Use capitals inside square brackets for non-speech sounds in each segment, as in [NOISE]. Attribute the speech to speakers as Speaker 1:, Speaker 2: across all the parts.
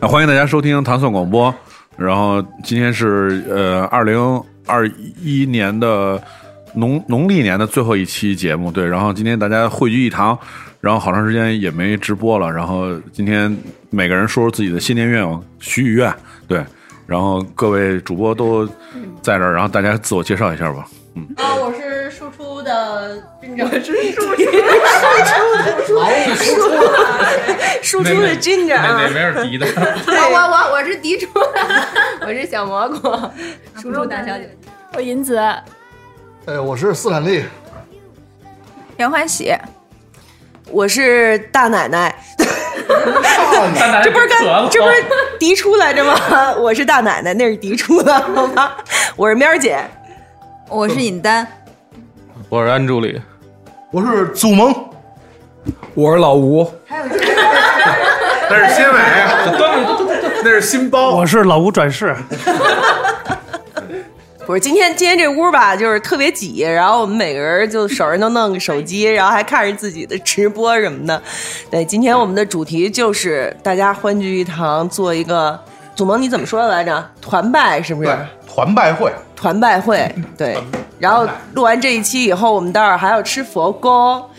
Speaker 1: 那欢迎大家收听糖蒜广播。然后今天是呃二零二一年的农农历年的最后一期节目，对。然后今天大家汇聚一堂，然后好长时间也没直播了。然后今天每个人说说自己的新年愿望，许许愿，对。然后各位主播都在这儿，然后大家自我介绍一下吧。
Speaker 2: 啊，我是输出的这个 [LAUGHS]
Speaker 3: 输出的 Ginger 啊，
Speaker 4: 没人
Speaker 5: [LAUGHS]
Speaker 4: 敌的。
Speaker 2: 我我我我是迪主，我是小蘑菇，
Speaker 6: 啊
Speaker 2: 输出大小姐。
Speaker 6: 我银子，
Speaker 5: 哎，我是斯坦利，
Speaker 3: 杨欢喜，我是大奶奶，
Speaker 4: 这
Speaker 3: 不是刚这不是
Speaker 4: 哦
Speaker 3: 嫡出来着吗？我是大奶奶，那是嫡出的，好吗？我是喵儿姐，
Speaker 2: 我是尹丹，
Speaker 4: 我是安助理，
Speaker 5: 我是祖萌，
Speaker 7: 我是老吴，
Speaker 1: [LAUGHS] 那是新伟，那是新包。
Speaker 7: 我是老吴转
Speaker 1: [LAUGHS]
Speaker 7: 世，
Speaker 3: 不是今天今天这屋吧，就是特别挤，然后我们每个人就手上都弄个手机，然后还看着自己的直播什么的。对，今天我们的主题就是大家欢聚一堂，做一个祖萌你怎么说的来着？团拜是不是？，
Speaker 5: 团拜会，
Speaker 3: 团拜会，对。然后录完这一期以后，我们待会儿还要吃佛糕。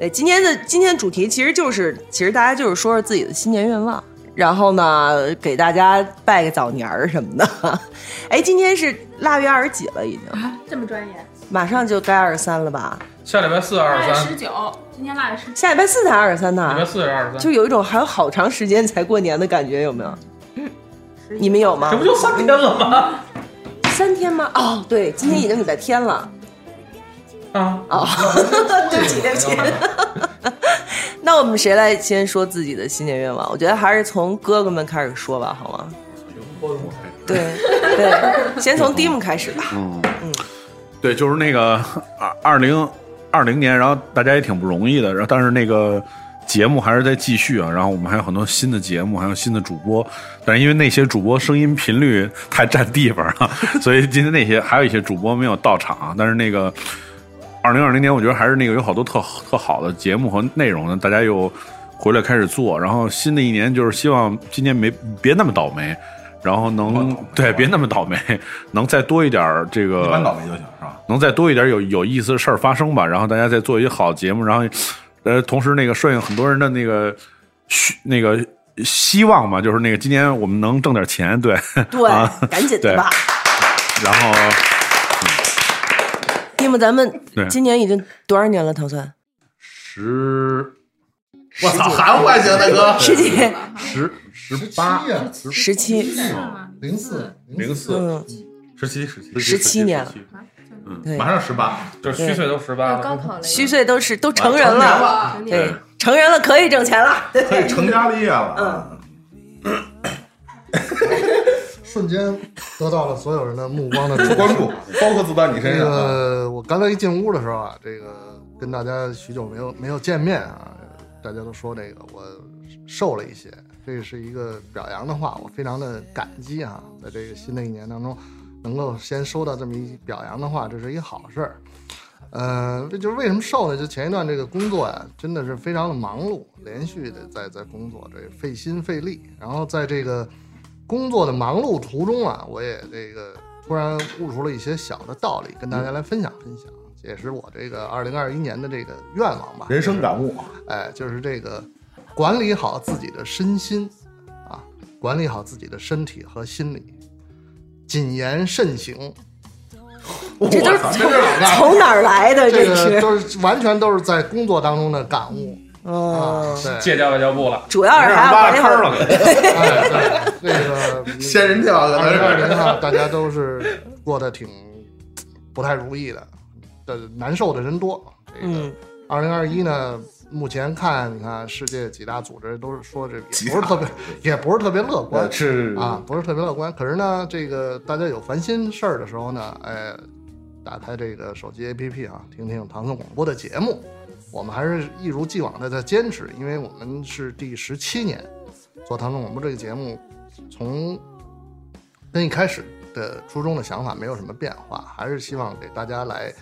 Speaker 3: 对，今天的今天主题其实就是，其实大家就是说说自己的新年愿望，然后呢，给大家拜个早年儿什么的。 [LAUGHS] 哎，今天是腊月二十几了，已经，
Speaker 8: 啊
Speaker 6: 这么专业。
Speaker 3: 马上就该二十三了吧？
Speaker 4: 下礼拜四二
Speaker 6: 腊
Speaker 4: 十
Speaker 6: 月
Speaker 4: 三，
Speaker 6: 十九，今天腊月十九，
Speaker 3: 下礼拜四才二十三
Speaker 4: 礼拜
Speaker 3: 呢，
Speaker 4: 四是二十
Speaker 3: 就
Speaker 4: 三，
Speaker 3: 有一种还有好长时间才过年的感觉，有没有？ [LAUGHS] 你们有吗
Speaker 4: 这？不就三天了吗？
Speaker 3: 三天吗？哦，对，今天已经礼拜天了。
Speaker 4: 啊，
Speaker 3: 哦，对不起，对不起。那我们谁来先说自己的新年愿望？我觉得还是从哥哥们开始说吧，好吗？对对，先从 Dim 开始吧。
Speaker 1: 对，就是那个二二零二零年，然后大家也挺不容易的，然后但是那个节目还是在继续啊，然后我们还有很多新的节目，还有新的主播，但是因为那些主播声音频率太占地方
Speaker 5: [LAUGHS]
Speaker 1: 了，所以今天那些还有一些主播没有到场，啊但是那个。二零二零年，我觉得还是那个有好多特特好的节目和内容呢，大家又回来开始做。然后新的一年就是希望今年没别那么倒霉，然后能对别那么倒霉，能再多一点儿这个
Speaker 5: 一般倒霉就行，是吧？
Speaker 1: 能再多一点有有意思的事儿发生吧，然后大家再做一个好节目，然后呃，同时那个顺应很多人的那个需那个希望嘛，就是那个今年我们能挣点钱， [LAUGHS] 对，
Speaker 3: 对
Speaker 1: 啊，
Speaker 3: 赶紧的
Speaker 1: 对
Speaker 3: 吧。
Speaker 1: 然后
Speaker 3: Dim，咱们
Speaker 1: 对
Speaker 3: 今年已经多少年了？糖蒜
Speaker 1: 十
Speaker 5: 我操，还外星大哥，
Speaker 3: 十几、
Speaker 1: 十十
Speaker 5: 十
Speaker 1: 八
Speaker 5: 七
Speaker 4: 啊
Speaker 5: 呀，十
Speaker 3: 十七，
Speaker 5: 零四
Speaker 1: 零四
Speaker 3: 嗯，
Speaker 4: 十七十七，
Speaker 3: 十七年了。
Speaker 1: 嗯
Speaker 3: 对，
Speaker 5: 马上十八，
Speaker 4: 就是虚岁都十八了。
Speaker 2: 考了
Speaker 3: 虚岁都是都成人了，
Speaker 5: 了，
Speaker 3: 对，成人了可以挣钱了。嗯
Speaker 5: 可以成家立业了。
Speaker 9: 瞬间得到了所有人的目光的
Speaker 4: 关注，包括子弹你啊
Speaker 9: 那个，我刚才一进屋的时候啊，这个跟大家许久没有没有见面啊，大家都说这个我瘦了一些，这是一个表扬的话，我非常的感激啊，在这个新的一年当中，能够先收到这么一表扬的话，这是一好事儿。呃，这就是为什么瘦呢？就前一段这个工作呀、真的是非常的忙碌，连续的在在工作，这费心费力。然后在这个工作的忙碌途中啊，我也这个突然悟出了一些小的道理，跟大家来分享分享，这也是我这个二零二一年的这个愿望吧。
Speaker 5: 人生感悟，
Speaker 9: 哎，就是这个管理好自己的身心啊，管理好自己的身体和心理，谨言慎行，
Speaker 3: 这都是从
Speaker 5: 我操这啊是老大
Speaker 3: 从哪儿来的？
Speaker 9: 这
Speaker 3: 这
Speaker 9: 个
Speaker 3: 是，
Speaker 9: 都是完全都是在工作当中的感悟啊
Speaker 3: 嗯。，
Speaker 9: 对，
Speaker 4: 戒掉外交部了，
Speaker 3: 主要是还要管理好 [LAUGHS]
Speaker 9: 哎，对，这个
Speaker 5: [LAUGHS] 仙人跳可
Speaker 9: 二零
Speaker 5: 能
Speaker 9: 二
Speaker 5: 是
Speaker 9: 零啊，大家都是过得挺不太如意的，的呃难受的人多。这个
Speaker 3: 嗯，
Speaker 9: 二零二一呢，目前看，你看世界几大组织都是说这
Speaker 5: 几
Speaker 9: 也
Speaker 5: 大
Speaker 9: 不
Speaker 5: 呃
Speaker 9: 是特别，也不是特别乐观
Speaker 5: 是
Speaker 9: 啊，，不是特别乐观。可是呢，这个大家有烦心事儿的时候呢，哎，打开这个手机 APP 啊，听听唐宋广播的节目。我们还是一如既往的在坚持，因为我们是第十七年做唐宋广播这个节目，从跟一开始的初衷的想法没有什么变化，还是希望给大家来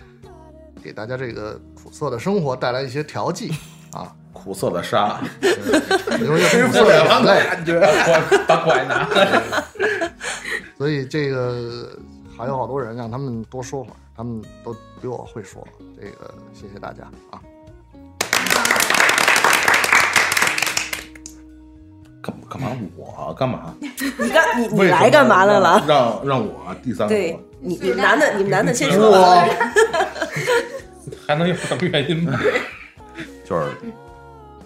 Speaker 9: 给大家这个苦涩的生活带来一些调剂 [LAUGHS] 啊，
Speaker 5: 苦涩的沙，
Speaker 9: 留下
Speaker 5: 吃
Speaker 9: 很
Speaker 5: 不
Speaker 9: 多的
Speaker 5: 了
Speaker 9: 眼
Speaker 5: 的
Speaker 9: 泪。
Speaker 5: 感觉。
Speaker 4: 我把拐拿了。
Speaker 9: 所以这个还有好多人让他们多说会儿，他们都比我会说。这个谢谢大家啊！
Speaker 5: 干干嘛我干嘛？
Speaker 3: 你干你你
Speaker 5: 为什么
Speaker 3: 来干嘛来了？
Speaker 5: 让让我第三个
Speaker 3: 对你你男的你们男的先说吧，
Speaker 5: 我
Speaker 4: 还能有什么原
Speaker 3: [LAUGHS]
Speaker 4: 因吗？
Speaker 5: 就是，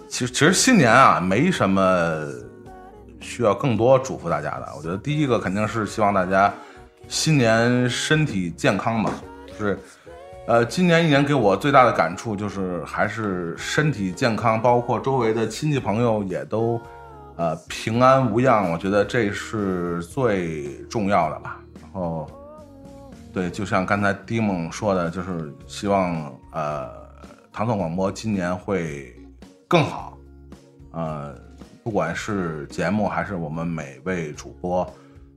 Speaker 5: 其实其实新年啊，没什么需要更多嘱咐大家的。我觉得第一个肯定是希望大家新年身体健康吧。就是，呃，今年一年给我最大的感触就是还是身体健康，包括周围的亲戚朋友也都呃平安无恙。我觉得这是最重要的吧。然后。对，就像刚才丁梦说的，就是希望呃，唐宋广播今年会更好。呃，不管是节目还是我们每位主播，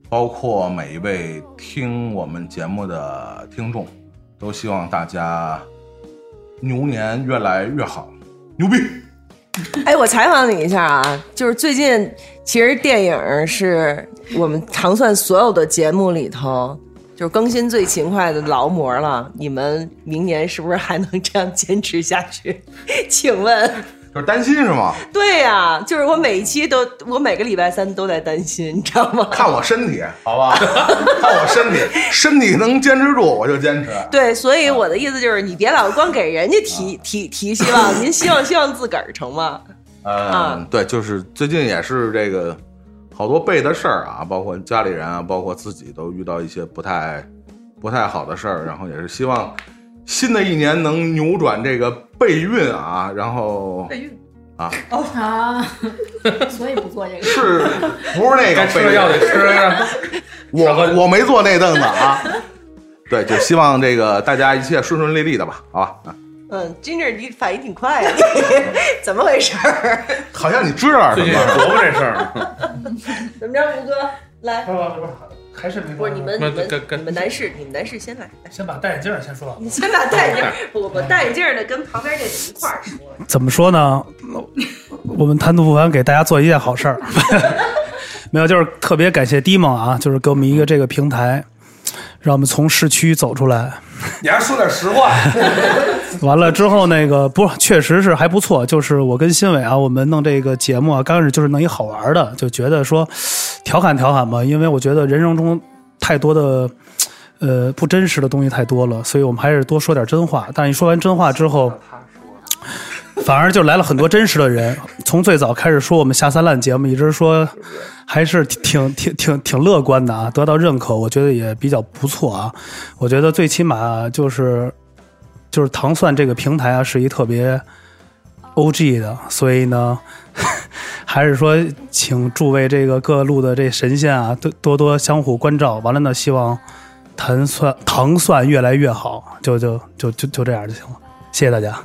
Speaker 5: 包括每一位听我们节目的听众，都希望大家牛年越来越好，牛逼！
Speaker 3: [LAUGHS] 哎，我采访你一下啊，就是最近其实电影是我们糖蒜所有的节目里头。就是更新最勤快的劳模了，你们明年是不是还能这样坚持下去？ [LAUGHS] 请问，
Speaker 5: [LAUGHS] 就是担心是吗？
Speaker 3: 对呀、就是我每一期都，我每个礼拜三都在担心，你知道吗？
Speaker 5: 看我身体，好吧， [LAUGHS] 看我身体，身体能坚持住我就坚持。
Speaker 3: [LAUGHS] 对，所
Speaker 5: 啊
Speaker 3: 以我的意思就是，你别老光给人家提提提希望，您希望希望自个儿成吗？啊
Speaker 5: 嗯，对，就是最近也是这个好多背的事儿啊，包括家里人啊，包括自己都遇到一些不太不太好的事儿，然后也是希望新的一年能扭转这个背运啊，然
Speaker 3: 哦
Speaker 5: 后
Speaker 3: [LAUGHS]
Speaker 6: 啊，所以不做这个。 [LAUGHS]
Speaker 5: 是不是那个
Speaker 4: 该吃啊
Speaker 5: 背
Speaker 4: 的药得
Speaker 5: 运？
Speaker 4: 吃，
Speaker 5: [LAUGHS] 我我没坐那凳子啊。对，就希望这个大家一切顺顺利利的吧，好吧？啊
Speaker 3: 嗯，Ginger，你反应挺快呀、你 [LAUGHS] 怎么回事儿？
Speaker 5: 好像你知道什
Speaker 4: 最近
Speaker 5: 么？
Speaker 4: 琢磨这事儿。
Speaker 3: [LAUGHS] 怎么着，吴哥来？
Speaker 7: 还是没
Speaker 3: 不是你们你
Speaker 4: 那
Speaker 3: 们
Speaker 4: 跟跟
Speaker 3: 你们男士，你们男士先来，来
Speaker 7: 先把戴眼镜儿先说
Speaker 3: 你先把戴眼镜儿，我我戴眼镜儿的跟旁边这一块儿说。
Speaker 7: 怎么说呢？我们谈吐不凡给大家做一件好事儿， [LAUGHS] 没有，就是特别感谢 d 梦啊，就是给我们一个这个平台，让我们从市区走出来。
Speaker 10: [LAUGHS]
Speaker 4: 你还说点实话，
Speaker 7: 完了之后，那个不，确实是还不错。就是我跟新伟啊，我们弄这个节目啊，刚开始就是弄一好玩的，就觉得说调侃调侃吧，因为我觉得人生中太多的呃不真实的东西太多了，所以我们还是多说点真话。但是你说完真话之后，反而就来了很多真实的人，从最早开始说我们下三滥节目，一直说还是挺挺挺挺乐观的啊，得到认可，我觉得也比较不错啊。我觉得最起码就是就是糖蒜这个平台啊，是一特别 O G 的，所以呢， [LAUGHS] 还是说请诸位这个各路的这神仙啊，多多多相互关照。完了呢，希望糖蒜糖蒜越来越好，就就就就就这样就行了。谢谢大家。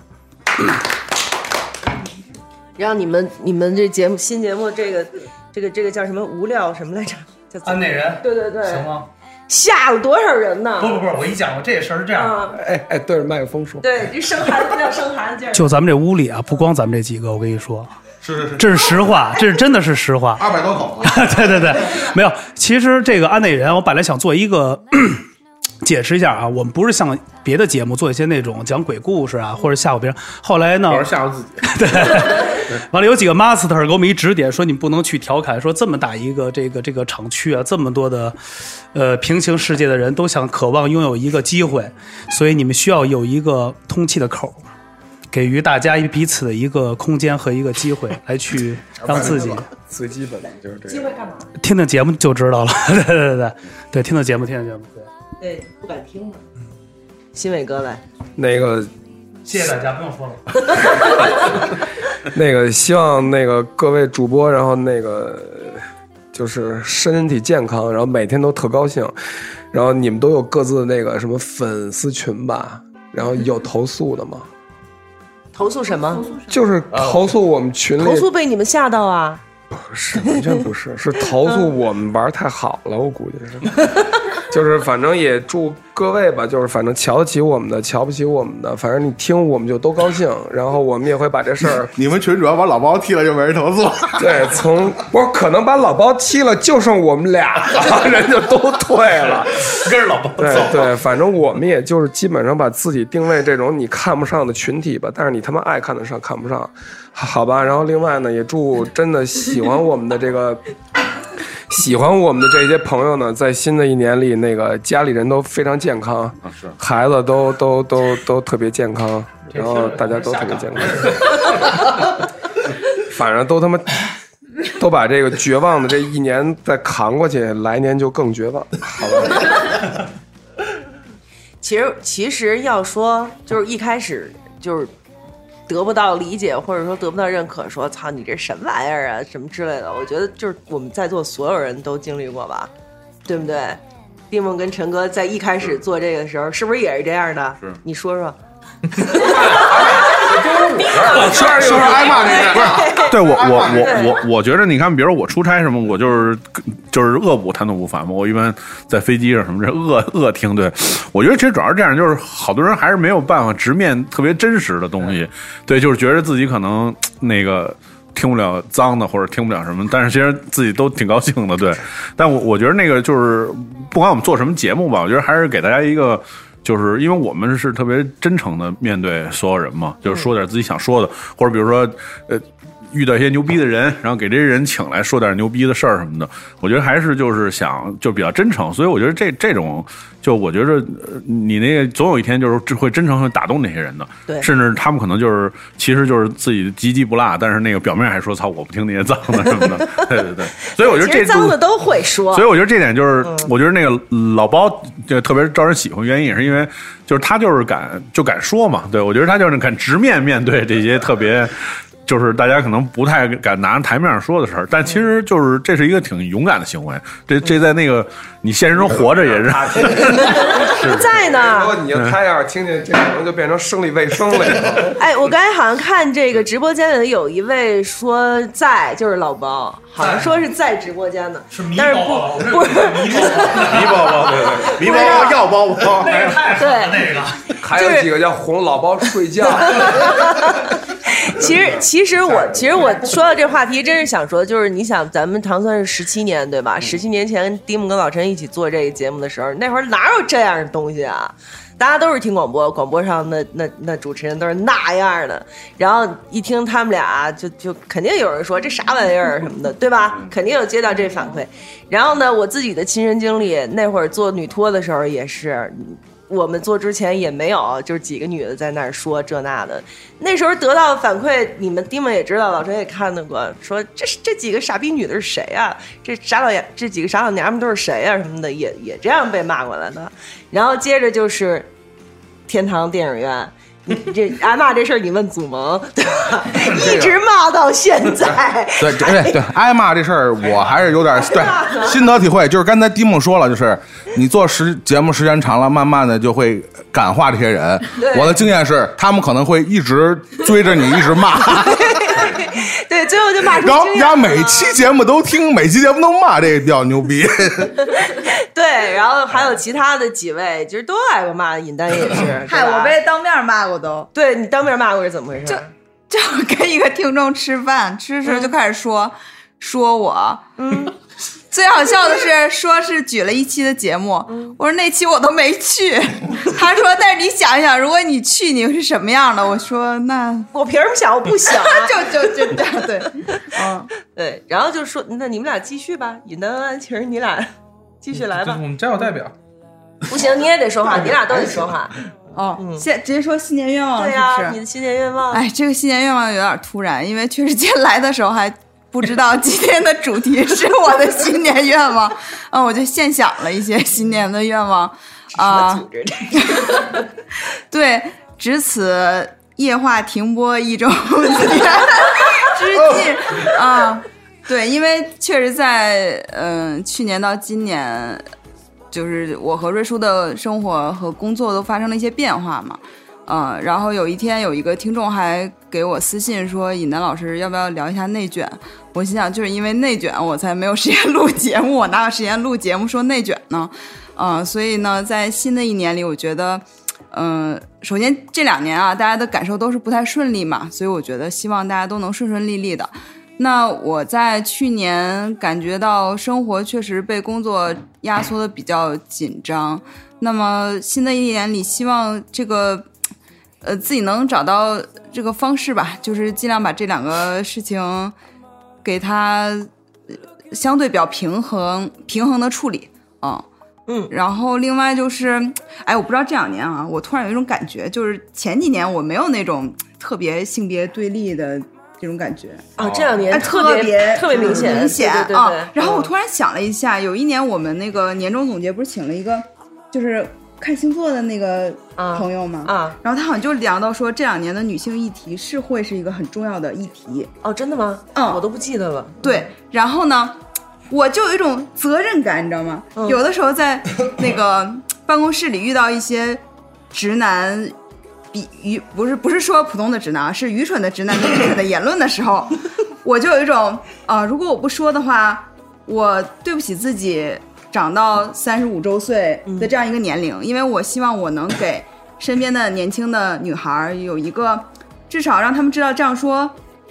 Speaker 3: 让你们你们这节目新节目这个这个这个叫什么无料什么来着？ [LAUGHS] 叫
Speaker 7: 安内人
Speaker 3: 对对对，
Speaker 7: 吗？
Speaker 3: 吓了多少人呢？
Speaker 7: 不不，我一讲，我 [LAUGHS] 这事儿是这
Speaker 3: 啊，
Speaker 10: 哎哎，对着麦克风说，
Speaker 3: 对，这生孩子不叫生孩子劲儿。
Speaker 7: 就咱们这屋里啊，不光咱们这几个，我跟你说，
Speaker 5: 是是是，
Speaker 7: 这是实话，这是真的是实话。
Speaker 5: 二百多口子，
Speaker 7: 对对对，没有。其实这个安内人，我本来想做一个解释一下啊，我们不是像别的节目做一些那种讲鬼故事啊，或者吓唬别人。后来呢
Speaker 4: 主，要是吓唬自己。
Speaker 7: 完了有几个 master 给我们一指点，说你们不能去调侃，说这么大一个这个这个厂区啊，这么多的呃平行世界的人都想渴望拥有一个机会，所以你们需要有一个通气的口。给予大家一彼此的一个空间和一个机会，来去让自己
Speaker 10: 最基本的就是这
Speaker 3: 会干嘛？
Speaker 7: 听听节目就知道了。 [LAUGHS] 对对对对，对，听听节目，听听节目。对。
Speaker 3: 对，不敢听了。
Speaker 7: 嗯
Speaker 3: 新伟哥来，
Speaker 10: 那个
Speaker 7: 谢谢大家，不用说了。
Speaker 10: 那个，希望那个各位主播，然后那个就是身体健康，然后每天都特高兴，然后你们都有各自的那个什么粉丝群吧，然后有投诉的吗？
Speaker 3: 投诉什么？
Speaker 10: 就是
Speaker 7: 啊
Speaker 10: 投诉我们群里，
Speaker 3: 投诉被你们吓到啊！
Speaker 10: 不是完全不是，是投诉我们玩太好了，我估计是。 [LAUGHS] 就是反正也祝各位吧，就是反正瞧得起我们的，瞧不起我们的，反正你听我们就都高兴，然后我们也会把这事儿
Speaker 11: [LAUGHS] 你们群主要把老包踢了，就没人投诉。
Speaker 10: 对，从我可能把老包踢了，就剩我们俩了， [LAUGHS] 人就都退了。
Speaker 4: 跟着老包
Speaker 10: 对
Speaker 4: 走。
Speaker 10: 对，反正我们也就是基本上把自己定位这种你看不上的群体吧，但是你他妈爱看得上看不上，好吧。然后另外呢，也祝真的喜欢我们的这个。喜欢我们的这些朋友呢，在新的一年里，那个家里人都非常健康，
Speaker 5: 是
Speaker 10: 孩子都都都都特别健康，然后大家都特别健康，反正都他妈都把这个绝望的这一年再扛过去，来年就更绝望， [LAUGHS] 好吧？
Speaker 3: 其实其实要说，就是一开始就是得不到理解，或者说得不到认可，说“操你这什么玩意儿啊”什么之类的。我觉得就是我们在座所有人都经历过吧，对不对？丁梦跟陈哥在一开始做这个的时候，是不是也是这样的？
Speaker 5: 是
Speaker 3: 你说说，
Speaker 10: 说
Speaker 11: 是不是挨骂那个？
Speaker 1: 对我我我我我觉着，你看，比如我出差什么，我就是就是恶补贪吐不凡嘛。我一般在飞机上什么这恶恶听，对我觉得其实主要是这样，就是好多人还是没有办法直面特别真实的东西，对，就是觉得自己可能那个。听不了脏的，或者听不了什么，但是其实自己都挺高兴的，对。但我我觉得那个就是，不管我们做什么节目吧，我觉得还是给大家一个，就是因为我们是特别真诚的面对所有人嘛，就是说点自己想说的，或者比如说，呃，遇到一些牛逼的人，然后给这些人请来说点牛逼的事儿什么的，我觉得还是就是想就比较真诚，所以我觉得这这种就我觉着呃你那个总有一天就是会真诚会打动那些人的，
Speaker 3: 对
Speaker 1: 甚至他们可能就是其实就是自己积极不落，但是那个表面还说操我不听那些脏的什么的， [LAUGHS] 对对对，所以我觉得
Speaker 3: 其
Speaker 1: 这
Speaker 3: 实脏
Speaker 1: 都
Speaker 3: 的都会说
Speaker 1: 所以。我觉得这点就是，我觉得那个老包就特别招人喜欢，原因也是因为就是他就是敢就敢说嘛，对我觉得他就是敢直面面对这些特别。就是大家可能不太敢拿台面上说的事儿，但其实就是这是一个挺勇敢的行为。这这在那个你现实中活着也是，
Speaker 3: 不在呢
Speaker 10: [LAUGHS] 如。果你就他要是听见这，可能就变成生理卫生
Speaker 3: [LAUGHS]
Speaker 10: 了。
Speaker 3: 哎，我刚才好像看这个直播间里有一位说在，就是老包，好像说是在直播间呢，
Speaker 4: 是迷
Speaker 3: 但是
Speaker 4: 包包，我
Speaker 3: 不
Speaker 4: 这
Speaker 3: 不是
Speaker 4: 迷包
Speaker 11: 迷包
Speaker 10: [LAUGHS]
Speaker 11: 包，对对，迷包包要包包，
Speaker 4: 包，那个太狠了，那个
Speaker 10: 还有几个要哄老包睡觉，
Speaker 3: 其实，其实我其实我说到这话题，真是想说，就是你想，咱们唐算是十七年对吧？十七年前，丁木跟老陈一起做这个节目的时候，那会儿哪有这样的东西啊？大家都是听广播，广播上那那那主持人都是那样的，然后一听他们俩就就肯定有人说这啥玩意儿什么的，对吧？肯定有接到这反馈。然后呢，我自己的亲身经历，那会儿做女托的时候也是，我们做之前也没有，就是几个女的在那儿说这那的。那时候得到的反馈，你们丁们也知道，老陈也看到过，说这是这几个傻逼女的是谁啊？这傻老爷这几个傻老娘们都是谁啊？什么的，也也这样被骂过来的。然后接着就是天堂电影院。你这挨骂这事儿，你问祖萌对吧？一直骂到现在，
Speaker 5: 对对对对，挨骂这事儿我还是有
Speaker 3: [LAUGHS]
Speaker 5: 点对心得体会，就是刚才迪梦说了，就是你做时节目时间长了，慢慢的就会感化这些
Speaker 3: [LAUGHS]
Speaker 5: 人。我的经验是，他们可能会一直追着你一直
Speaker 3: [LAUGHS]
Speaker 5: [LAUGHS] 骂，
Speaker 3: 对，最后就骂出
Speaker 5: 然后
Speaker 3: 经验
Speaker 5: 然后
Speaker 3: 了
Speaker 5: 每期节目都听，每期节目都骂，这个比较牛逼。
Speaker 3: 对，然后还有其他的几位，其实都挨过骂，尹丹也是。
Speaker 12: 嗨，
Speaker 3: 对吧
Speaker 12: 我被当面骂过都，
Speaker 3: 对你当面骂过是怎么回事？
Speaker 12: 就是跟一个听众吃饭，吃着吃着
Speaker 3: 嗯
Speaker 12: 就开始说、说我，嗯， [LAUGHS] 最好笑的是说是举了一期的节目，
Speaker 3: 嗯
Speaker 12: 我说那期我都没去， [LAUGHS] 他说但是你想一想，如果你去你是什么样的？我说那
Speaker 3: 我凭什么想？我不想、啊。
Speaker 12: [LAUGHS] 就就就这样对，嗯，
Speaker 3: [LAUGHS] 对，然后就说那你们俩继续吧，尹丹安，其实你俩继续
Speaker 4: 就
Speaker 3: 来
Speaker 4: 是
Speaker 3: 吧。
Speaker 4: 嗯
Speaker 3: 嗯
Speaker 4: 我们家有代表，
Speaker 3: 不行，你也得说话，你俩都得说话。嗯
Speaker 12: 哦，先直接说新年愿望了
Speaker 3: 对
Speaker 12: 是
Speaker 3: 呀、
Speaker 12: 不是？
Speaker 3: 你的新年愿望。
Speaker 12: 哎，这个新年愿望有点突然，因为确实今天来的时候还不知道今天的主题是我的新年愿望，啊，我就现想了一些新年的愿望啊、
Speaker 3: 组织这
Speaker 12: 对，值此夜话停播一周之际啊、对，因为确实在嗯、去年到今年，就是我和瑞叔的生活和工作都发生了一些变化嘛，呃，然后有一天有一个听众还给我私信说，尹楠老师要不要聊一下内卷？我心想，就是因为内卷，我才没有时间录节目，我哪有时间录节目说内卷呢？啊、所以呢，在新的一年里，我觉得，嗯、首先这两年啊，大家的感受都是不太顺利嘛，所以我觉得希望大家都能顺顺利利的。那我在去年感觉到生活确实被工作压缩的比较紧张，那么新的一年里，希望这个呃自己能找到这个方式吧，就是尽量把这两个事情给它呃相对比较平衡平衡的处理啊。
Speaker 3: 嗯，
Speaker 12: 然后另外就是，哎，我不知道这两年啊，我突然有一种感觉，就是前几年我没有那种特别性别对立的这种感觉，
Speaker 3: 啊，这两
Speaker 12: 哎
Speaker 3: 年
Speaker 12: 特
Speaker 3: 别
Speaker 12: 别
Speaker 3: 特别明显，
Speaker 12: 明显
Speaker 3: 对对对
Speaker 12: 啊
Speaker 3: 对。
Speaker 12: 然后我
Speaker 3: 嗯
Speaker 12: 突然想了一下，有一年我们那个年终总结不是请了一个就是看星座的那个朋友吗？
Speaker 3: 啊，
Speaker 12: 然后他好像就聊到说这两年的女性议题是会是一个很重要的议题。
Speaker 3: 哦，真的吗？
Speaker 12: 嗯，
Speaker 3: 我都不记得了。
Speaker 12: 对，然后呢，我就有一种责任感，你知道吗？
Speaker 3: 嗯
Speaker 12: 有的时候在那个办公室里遇到一些直男。比愚不是不是说普通的直男啊，是愚蠢的直男的愚蠢的言论的
Speaker 3: [LAUGHS]
Speaker 12: 时候，我就有一种啊、呃如果我不说的话，我对不起自己长到三十五周岁的这样一个年
Speaker 3: 嗯
Speaker 12: 龄，因为我希望我能给身边的年轻的女孩儿有一个，至少让他们知道这样说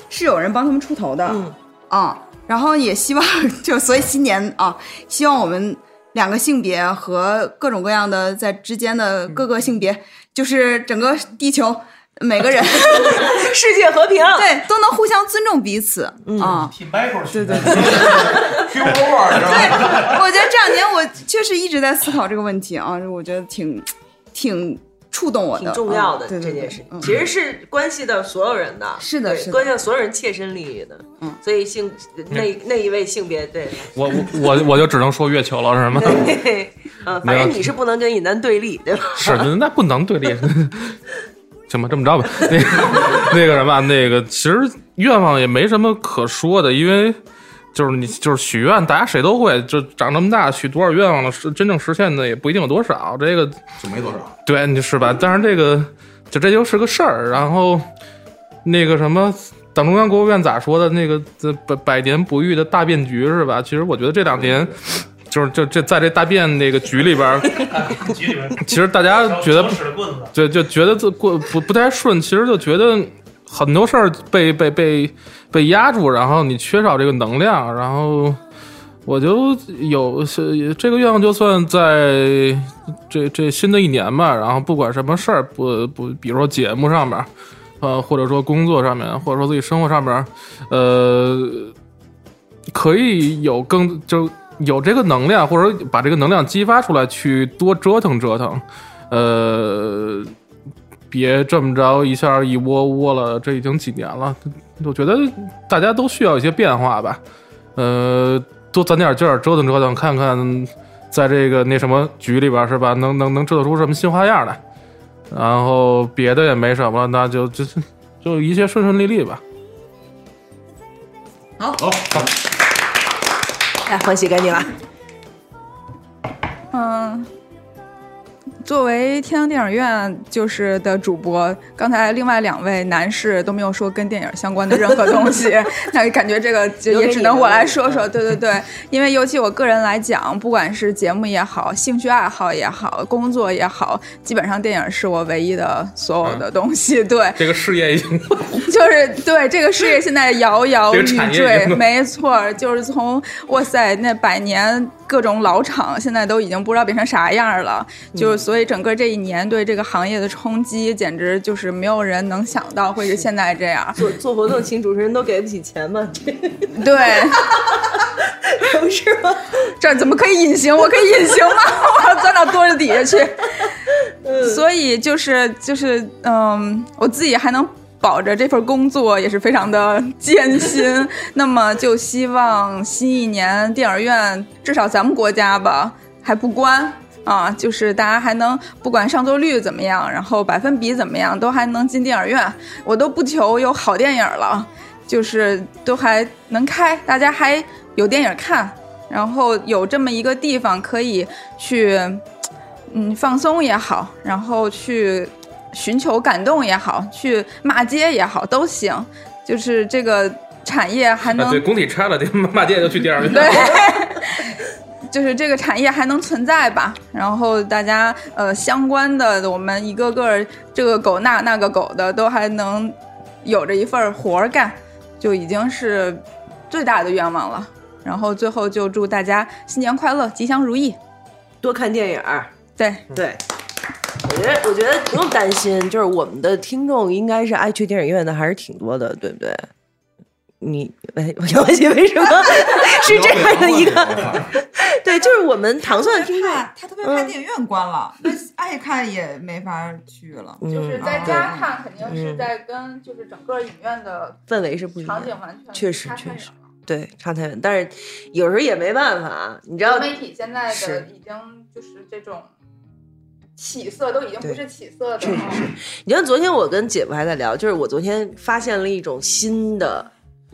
Speaker 12: 是有人帮他们出头的，
Speaker 3: 嗯
Speaker 12: 啊，然后也希望就所以新年啊， [LAUGHS] 希望我们两个性别和各种各样的在之间的各个性
Speaker 3: 嗯
Speaker 12: 别，就是整个地球每个人
Speaker 3: [LAUGHS] 世界和平，
Speaker 12: [LAUGHS] 对，都能互相尊重彼此啊。
Speaker 4: 对
Speaker 12: 对
Speaker 4: 对
Speaker 7: [LAUGHS]
Speaker 5: ，Q over 是吧？
Speaker 12: 我觉得这两年我确实一直在思考这个问题啊，我觉得挺挺触动我的，
Speaker 3: 挺重要的
Speaker 12: 啊对
Speaker 3: 这
Speaker 12: 对
Speaker 3: 件
Speaker 12: 对
Speaker 3: 事，情，[LAUGHS]
Speaker 12: 嗯
Speaker 3: 其实是关系到所有人的，
Speaker 12: 是的
Speaker 3: 对
Speaker 12: 是的
Speaker 3: 关系到所有人切身利益的。嗯，所以性那那一位性别对，
Speaker 13: 我我我我就只能说月球了，是吗？ [LAUGHS]
Speaker 3: 嗯，反正你是不能跟尹丹对立，对吧？
Speaker 13: 是，
Speaker 3: [LAUGHS]
Speaker 13: 那不能对立。 [LAUGHS] 行吧，这么着吧，那个那个什么，那个其实愿望也没什么可说的，因为就是你就是许愿，大家谁都会，就长这么大许多少愿望了，是真正实现的也不一定有多少，这个
Speaker 5: 就 [LAUGHS] 没多少。
Speaker 13: 对，你是吧？但是这个就这就是个事儿，然后那个什么。党中央、国务院咋说的？那个这百百年不遇的大变局是吧？其实我觉得这两年，就是就这在这大变那个局里边儿，
Speaker 4: 局里边
Speaker 13: [LAUGHS] 其实大家觉得
Speaker 4: 使棍子，
Speaker 13: 对，就觉得这过不不太顺，其实就觉得很多事儿被被被被压住，然后你缺少这个能量，然后我就有是这个愿望，就算在这这新的一年吧，然后不管什么事儿，不不，比如说节目上面儿，呃，或者说工作上面，或者说自己生活上面儿，呃，可以有更就有这个能量，或者说把这个能量激发出来，去多折腾折腾，呃，别这么着一下一窝窝了，这已经几年了，我觉得大家都需要一些变化吧，呃，多攒点劲儿，折腾折腾，看看在这个那什么局里边儿是吧，能能能折腾出什么新花样来，然后别的也没什么了，那就就就就一切顺顺利利吧。
Speaker 12: 好，
Speaker 3: 来，哎欢喜该你了。
Speaker 12: 嗯，作为天堂电影院就是的主播，刚才另外两位男士都没有说跟电影相关的任何东西，那感觉这个就
Speaker 3: 留给
Speaker 12: 也
Speaker 3: 你
Speaker 12: 只能
Speaker 3: 了
Speaker 12: 我来说说。对对对，因为尤其我个人来讲，不管是节目也好，兴趣爱好也好，工作也好，基本上电影是我唯一的所有的东西。对，
Speaker 13: 这个事业已经
Speaker 12: [LAUGHS] 就是对这个事业现在摇摇
Speaker 13: 这
Speaker 12: 欲
Speaker 13: 个产业
Speaker 12: 坠
Speaker 13: 真，的
Speaker 12: 没错儿，就是从哇塞那百年各种老厂，现在都已经不知道变成啥样儿了。
Speaker 13: 嗯
Speaker 12: 就是所以整个这一年对这个行业的冲击，简直就是没有人能想到会是现在这样。
Speaker 3: 做做活动，请主持人都给不起钱嘛？
Speaker 12: [LAUGHS]
Speaker 3: [LAUGHS]
Speaker 12: 对，
Speaker 3: 不是吗？
Speaker 12: 这儿怎么可以隐形？我可以隐形吗？ [LAUGHS] 我要钻到桌子底下去。
Speaker 3: 嗯
Speaker 12: 所以就是就是嗯，我自己还能保着这份工作，也是非常的艰辛。那么就希望新一年电影院，至少咱们国家吧，还不关。啊，就是大家还能不管上座率怎么样，然后百分比怎么样，都还能进电影院。我都不求有好电影了，就是都还能开，大家还有电影看，然后有这么一个地方可以去嗯放松也好，然后去寻求感动也好，去骂街也好，都行。就是这个产业还能
Speaker 13: 啊，对，工体拆了，得骂街就去第二遍。
Speaker 12: 就是这个产业还能存在吧。然后大家呃相关的，我们一个个这个狗那那个狗的，都还能有着一份活儿干，就已经是最大的愿望了。然后最后就祝大家新年快乐，吉祥如意，
Speaker 3: 多看电影。
Speaker 12: 对
Speaker 3: 对，我觉得我觉得不用担心，就是我们的听众应该是爱去电影院的，还是挺多的，对不对？你哎，我了解为什
Speaker 12: [LAUGHS]
Speaker 3: 么是这样的一个，对，就是我们糖蒜的听众，
Speaker 12: 他特别怕电影院关了，那嗯爱看也没法去了。
Speaker 3: 嗯
Speaker 12: 就是在家看，肯定是
Speaker 3: 嗯
Speaker 12: 在跟就是整个影院的
Speaker 3: 氛围是不一样
Speaker 12: 场景完全
Speaker 3: 确实
Speaker 12: 差太
Speaker 3: 确
Speaker 12: 远
Speaker 3: 实，对，差太远。但是有时候也没办法，啊你知道
Speaker 12: 流，媒体现在的
Speaker 3: 是
Speaker 12: 已经就是这种起色，都已经不
Speaker 3: 对
Speaker 12: 是起色的
Speaker 3: 确实
Speaker 12: 了。
Speaker 3: 是。你像昨天我跟姐夫还在聊，就是我昨天发现了一种新的，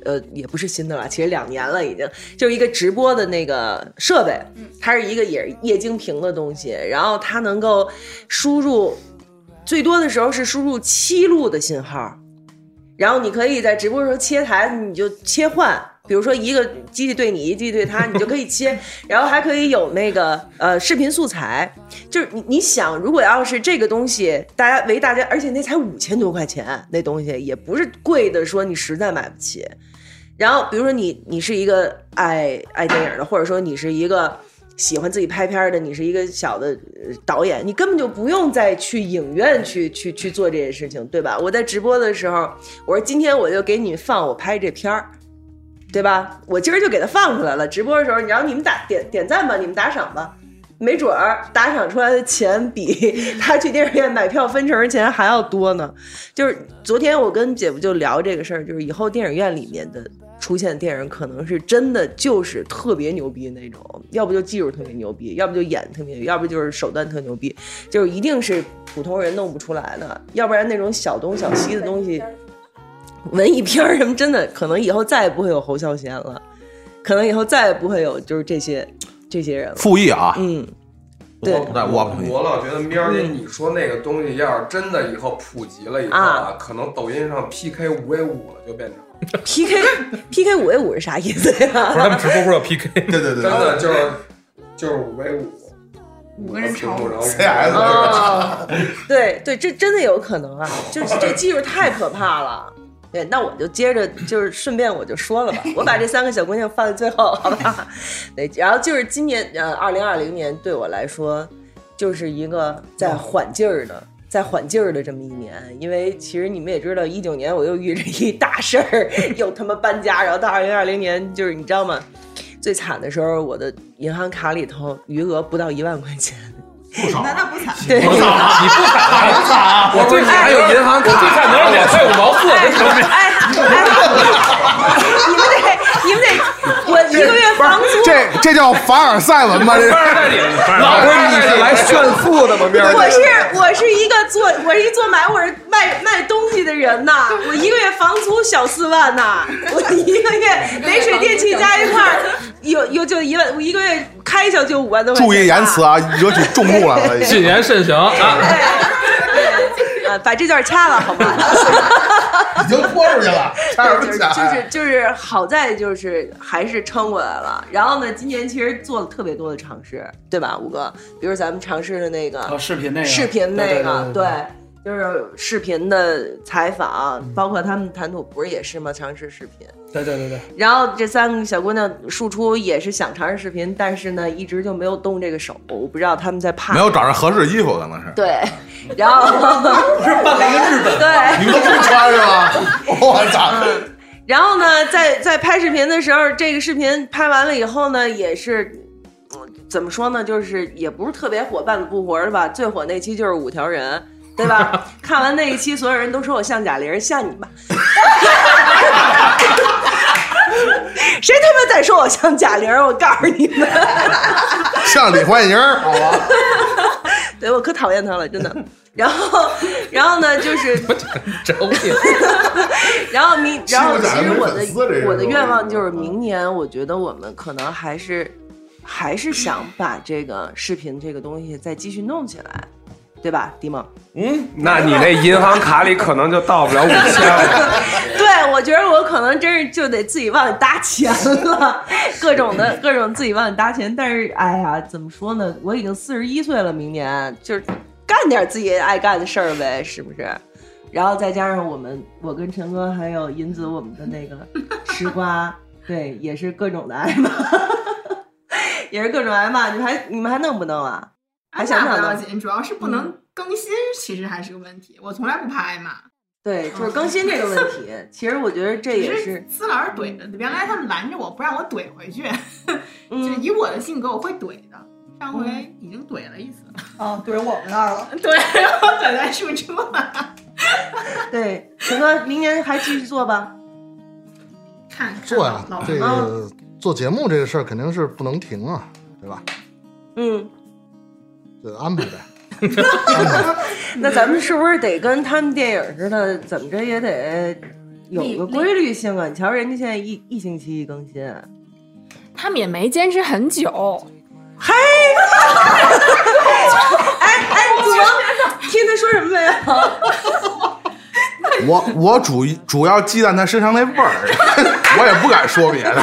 Speaker 3: 呃，也不是新的了，其实两年了已经，就是一个直播的那个设备，它是一个也是液晶屏的东西，然后它能够输入，最多的时候是输入七路的信号，然后你可以在直播的时候切台，你就切换。比如说一个机器对你，一个机器对它，你就可以切， [LAUGHS] 然后还可以有那个呃视频素材，就是你你想，如果要是这个东西，大家为大家，而且那才五千多块钱，那东西也不是贵的，说你实在买不起。然后比如说你你是一个爱爱电影的，或者说你是一个喜欢自己拍片儿的，你是一个小的呃导演，你根本就不用再去影院去去去做这些事情，对吧？我在直播的时候，我说今天我就给你放我拍这片儿。对吧？我今儿就给它放出来了。直播的时候，然后你们打点点赞吧，你们打赏吧，没准儿打赏出来的钱比 [LAUGHS] 他去电影院买票分成的钱还要多呢。就是昨天我跟姐夫就聊这个事儿，就是以后电影院里面的出现的电影，可能是真的就是特别牛逼那种，要不就技术特别牛逼，要不就演特别牛逼，要不就是手段特牛逼，就是一定是普通人弄不出来的，要不然那种小东小西的东西。文艺片儿什么，真的可能以后再也不会有侯孝贤了，可能以后再也不会有就是这些这些人了。
Speaker 5: 复议啊，
Speaker 3: 嗯， [LAUGHS] 对嗯
Speaker 5: 我不太我不同意
Speaker 10: 我老觉得喵儿姐你说那个东西要是真的以后普及了以后啊，可能抖音上 PK 五 v 五了就变成，
Speaker 3: PK PK 五 v 五是啥意思呀？ [LAUGHS]
Speaker 13: 不是他们直播不是要 PK？对
Speaker 5: 对
Speaker 10: 真的就是就是五 v 五，
Speaker 12: 五
Speaker 10: 个人屏幕然后
Speaker 3: [LAUGHS]
Speaker 5: CS
Speaker 3: 哦，对对，这真的有可能啊！就是这技术太可怕了。对，那我就接着，就是顺便我就说了吧，我把这三个小姑娘放在最后，好吧？ [LAUGHS] 对，然后就是今年，呃，二零二零年对我来说，就是一个在缓劲儿的，在缓劲儿的这么一年。因为其实你们也知道，一九年我又遇着一大事儿，又他妈搬家，然后到二零二零年，就是你知道吗？最惨的时候，我的银行卡里头余额不到一万块钱。
Speaker 12: 那那不惨，
Speaker 3: 对，
Speaker 13: 不惨
Speaker 12: [LAUGHS]
Speaker 13: 啊你不惨啊不惨啊我最惨还有银行卡
Speaker 3: 我最惨
Speaker 13: 的是两块五毛四
Speaker 3: 哎
Speaker 13: 真牛逼
Speaker 3: 哎哎你们得，你们得，我一个月房租，
Speaker 11: 这这叫凡尔赛文吗？
Speaker 3: [LAUGHS]
Speaker 11: 这
Speaker 13: [LAUGHS]
Speaker 10: 老不是你是来炫富的吗？喵儿姐，
Speaker 3: 我是我是一个做我是一做买我是卖卖东西的人呐，我一个月房租小四万呐，我一个月煤水电气加一块儿，有有就一万，我一个月开销就五万多块钱。
Speaker 11: 注意言辞啊，惹起众怒来了。
Speaker 13: 谨言慎行啊！
Speaker 3: 啊，把这段掐了好吗？
Speaker 11: 已经豁出去了，
Speaker 3: 对，就是就是就是，好在就是还是撑过来了。然后呢，今年其实做了特别多的尝试，对吧，五哥？比如咱们尝试的那个、
Speaker 7: 哦视频那个
Speaker 3: 视频那个，
Speaker 7: 对对对对
Speaker 3: 就是视频的采访，
Speaker 7: 嗯
Speaker 3: 包括他们谈吐不是也是吗？尝试视频。
Speaker 7: 对对对对，
Speaker 3: 然后这三个小姑娘输出也是想尝试视频，但是呢，一直就没有动这个手，我不知道他们在怕
Speaker 5: 没有找着合适衣服，可能是。
Speaker 3: 对，然后 [LAUGHS] 不是办了一个日本对，
Speaker 11: 你们都不穿是吧？我操！
Speaker 3: 然后呢，在在拍视频的时候，这个视频拍完了以后呢，也是。嗯怎么说呢？就是也不是特别火，半死不活的吧。最火那期就是五条人， [LAUGHS] 对吧？看完那一期，所有人都说我像贾 [LAUGHS] 玲，像你吧。谁他妈再说我像贾玲，我告诉
Speaker 11: [LAUGHS]
Speaker 3: 你们，
Speaker 11: 像李焕英儿，好吧？
Speaker 3: [LAUGHS] 对我可讨厌她了，真的。然后，然后呢，就是
Speaker 13: 着急，
Speaker 3: 然后明，然 [LAUGHS] 后
Speaker 11: 是不
Speaker 3: 其
Speaker 11: 是咱
Speaker 3: 实我
Speaker 11: 们粉丝这个
Speaker 3: 的
Speaker 11: 啊
Speaker 3: 我的愿望就是明年，我觉得我们可能还是还是想把这个视频这个东西再继续弄起来。对吧，迪梦？
Speaker 10: 嗯，那你那银行卡里可能就到不了五千了。
Speaker 3: [LAUGHS] 对，我觉得我可能真是就得自己往里搭钱了，各种的各种自己往里搭钱。但是，哎呀，怎么说呢？我已经四十一岁了，明年就是干点自己爱干的事儿呗，是不是？然后再加上我们，我跟陈哥还有银子，我们的那个吃瓜，对，也是各种的挨骂， [LAUGHS] 也是各种挨骂。你们还你们还弄不弄啊？还想不
Speaker 6: 挨
Speaker 3: 想
Speaker 6: 骂不要
Speaker 3: 弄？
Speaker 6: 紧，主要是不能更新，其实还是个问题。我从来不怕挨骂，
Speaker 3: 对，就是更新这个问
Speaker 6: [LAUGHS]
Speaker 3: 题。其实我觉得这也
Speaker 6: 只
Speaker 3: 是
Speaker 6: 司老师怼的。原来他们拦着我不让我怼回去，
Speaker 3: 嗯
Speaker 6: 就以我的性格，我会怼的。上回已经怼了一次了，
Speaker 3: 啊
Speaker 6: 哦，怼我们那儿了。
Speaker 3: [LAUGHS]
Speaker 6: 对，我怼在树桌。
Speaker 8: [LAUGHS]
Speaker 3: 对，陈哥明年还继续做吧。
Speaker 6: 看看
Speaker 9: 做呀
Speaker 6: 老，
Speaker 9: 啊这
Speaker 3: 嗯
Speaker 9: 个做节目这个事儿肯定是不能停啊，对吧？
Speaker 3: 嗯，
Speaker 9: 就安排呗。
Speaker 3: 那咱们是不是得跟他们电影似的，怎么着也得有个规律性啊？你瞧人家现在一一星期一更新，
Speaker 8: 他们也没坚持很久。
Speaker 3: 嘿，哎哎，怎么听他说什么没有？
Speaker 5: [LAUGHS] 我我主主要忌惮他身上那味儿， [LAUGHS] 我也不敢说
Speaker 1: [LAUGHS]
Speaker 5: 别的。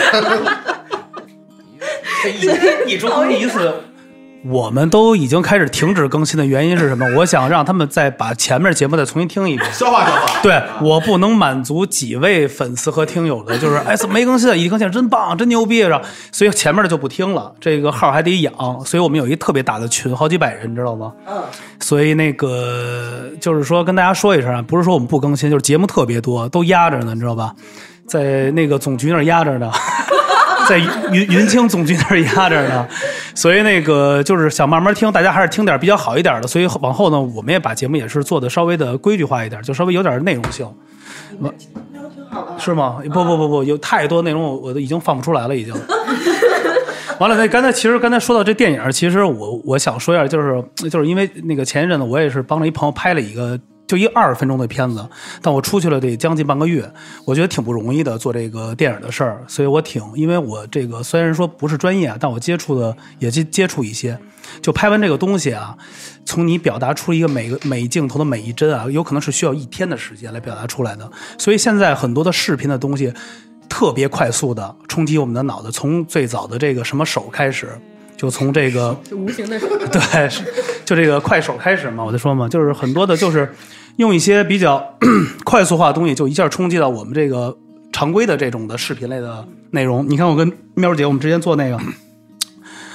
Speaker 4: 一一周更一次，
Speaker 7: 我们都已经开始停止更新的原因是什么？ [LAUGHS] 我想让他们再把前面节目再重新听一遍，
Speaker 4: 消化消化。
Speaker 7: 对，我不能满足几位粉丝和听友的，就是哎，怎么没更新啊？一更新真棒，真牛逼啊！所以前面的就不听了，这个号还得养，所以我们有一特别大的群，好几百人，你知道吗？
Speaker 3: 嗯，
Speaker 7: 所以那个就是说跟大家说一声啊，不是说我们不更新，就是节目特别多，都压着呢，你知道吧？在那个总局那儿压着呢。 [LAUGHS] 在云云清总局那儿压着呢，所以那个就是想慢慢听，大家还是听点比较好一点的。所以往后呢，我们也把节目也是做的稍微的规矩化一点，就稍微有点内容性。我是吗？不不不不，有太多内容我我都已经放不出来了，已经。 [LAUGHS] 完了，那刚才其实刚才说到这电影，其实我我想说一下，就是就是因为那个前一阵子我也是帮着一朋友拍了一个就一二十分钟的片子，但我出去了得将近半个月，我觉得挺不容易的做这个电影的事儿，所以我挺因为我这个虽然说不是专业啊，但我接触的也接接触一些，就拍完这个东西啊，从你表达出一个每个每一镜头的每一帧啊，有可能是需要一天的时间来表达出来的，所以现在很多的视频的东西。特别快速的冲击我们的脑子，从最早的这个什么手开始，就从这个
Speaker 2: 是无形的手。
Speaker 7: [LAUGHS] 对，是就这个快手开始嘛，我就说嘛，就是很多的，就是用一些比较 [CLEARS THROAT] 快速化的东西，就一下冲击到我们这个常规的这种的视频类的内容。你看，我跟喵姐我们之前做那个。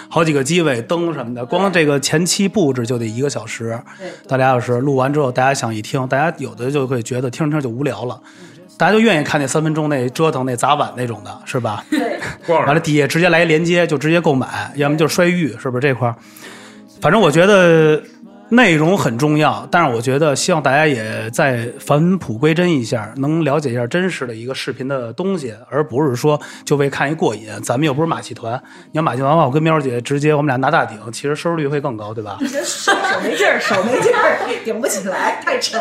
Speaker 7: 好几个机位、灯什么的，光这个前期布置就得一个小时到俩小时。录完之后，大家想一听，大家有的就会觉得听着听着就无聊了，大家就愿意看那三分钟那折腾那砸碗那种的，是吧？
Speaker 3: 对。
Speaker 7: 完了底下直接来连接，就直接购买，要么就摔玉，是不是这块儿？反正我觉得内容很重要，但是我觉得希望大家也再返璞归真一下，能了解一下真实的一个视频的东西，而不是说就为看一过瘾。咱们又不是马戏团，你要马戏团的话，我跟喵姐直接我们俩拿大顶，其实收视率会更高，对吧？
Speaker 3: 手手没劲儿，手没劲儿，顶不起来，太沉。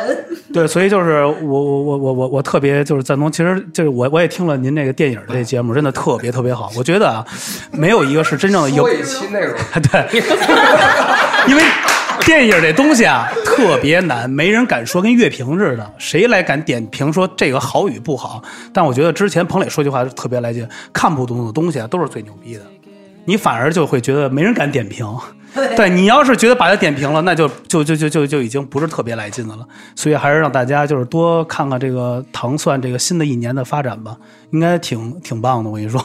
Speaker 7: 对，所以就是我我我我我我特别就是赞同，其实就是我我也听了您这个电影的这节目，真的特别特别好。我觉得啊，没有一个是真正的有
Speaker 10: 说一期内容，
Speaker 7: [LAUGHS] 对，因为电影这东西啊特别难，没人敢说，跟乐评似的，谁来敢点评说这个好与不好？但我觉得之前彭磊说句话特别来劲，看不懂的东西啊都是最牛逼的，你反而就会觉得没人敢点评。对你要是觉得把它点评了，那就就就就就就已经不是特别来劲的了。所以还是让大家就是多看看这个糖蒜这个新的一年的发展吧，应该挺挺棒的。我跟你说，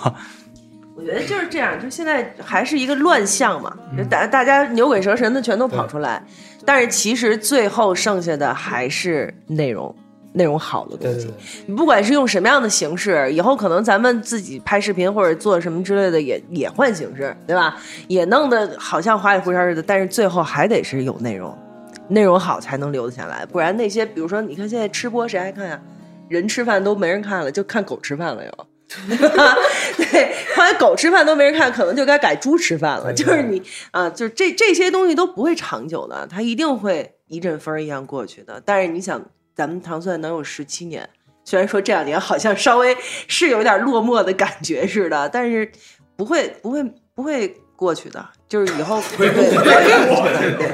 Speaker 3: 我觉得就是这样，就现在还是一个乱象嘛，就大大家牛鬼蛇神的全都跑出来，但是其实最后剩下的还是内容。内容好的东西，你不管是用什么样的形式，以后可能咱们自己拍视频或者做什么之类的也，也换形式，对吧？也弄得好像花里胡哨似的，但是最后还得是有内容，内容好才能留得下来，不然那些比如说，你看现在吃播谁还看呀、人吃饭都没人看了，就看狗吃饭了又。对，看来狗吃饭都没人看，可能就该改猪吃饭了。就是你啊，就是这这些东西都不会长久的，它一定会一阵风儿一样过去的。但是你想，咱们糖蒜能有十七年，虽然说这两年好像稍微是有点落寞的感觉似的，但是不会不会不会过去的，就是以后
Speaker 10: 我
Speaker 3: 对对对，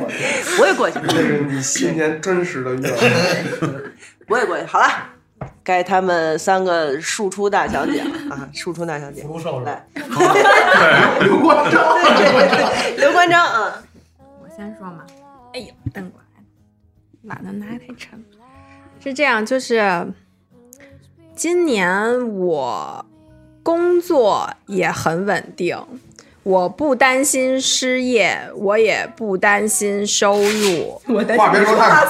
Speaker 3: 我也过去，
Speaker 10: 这是你新年真实的愿望。
Speaker 3: 我也过去。好了，该他们三个庶出大小姐了啊，庶出大小姐，来，
Speaker 11: 刘关张，
Speaker 3: 刘关张啊，
Speaker 8: 我先说嘛。哎呦，瞪过来，碗都拿得太沉了。是这样，就是今年我工作也很稳定，我不担心失业，我也不担心收入。我
Speaker 5: [LAUGHS]
Speaker 11: 话别说太满啊，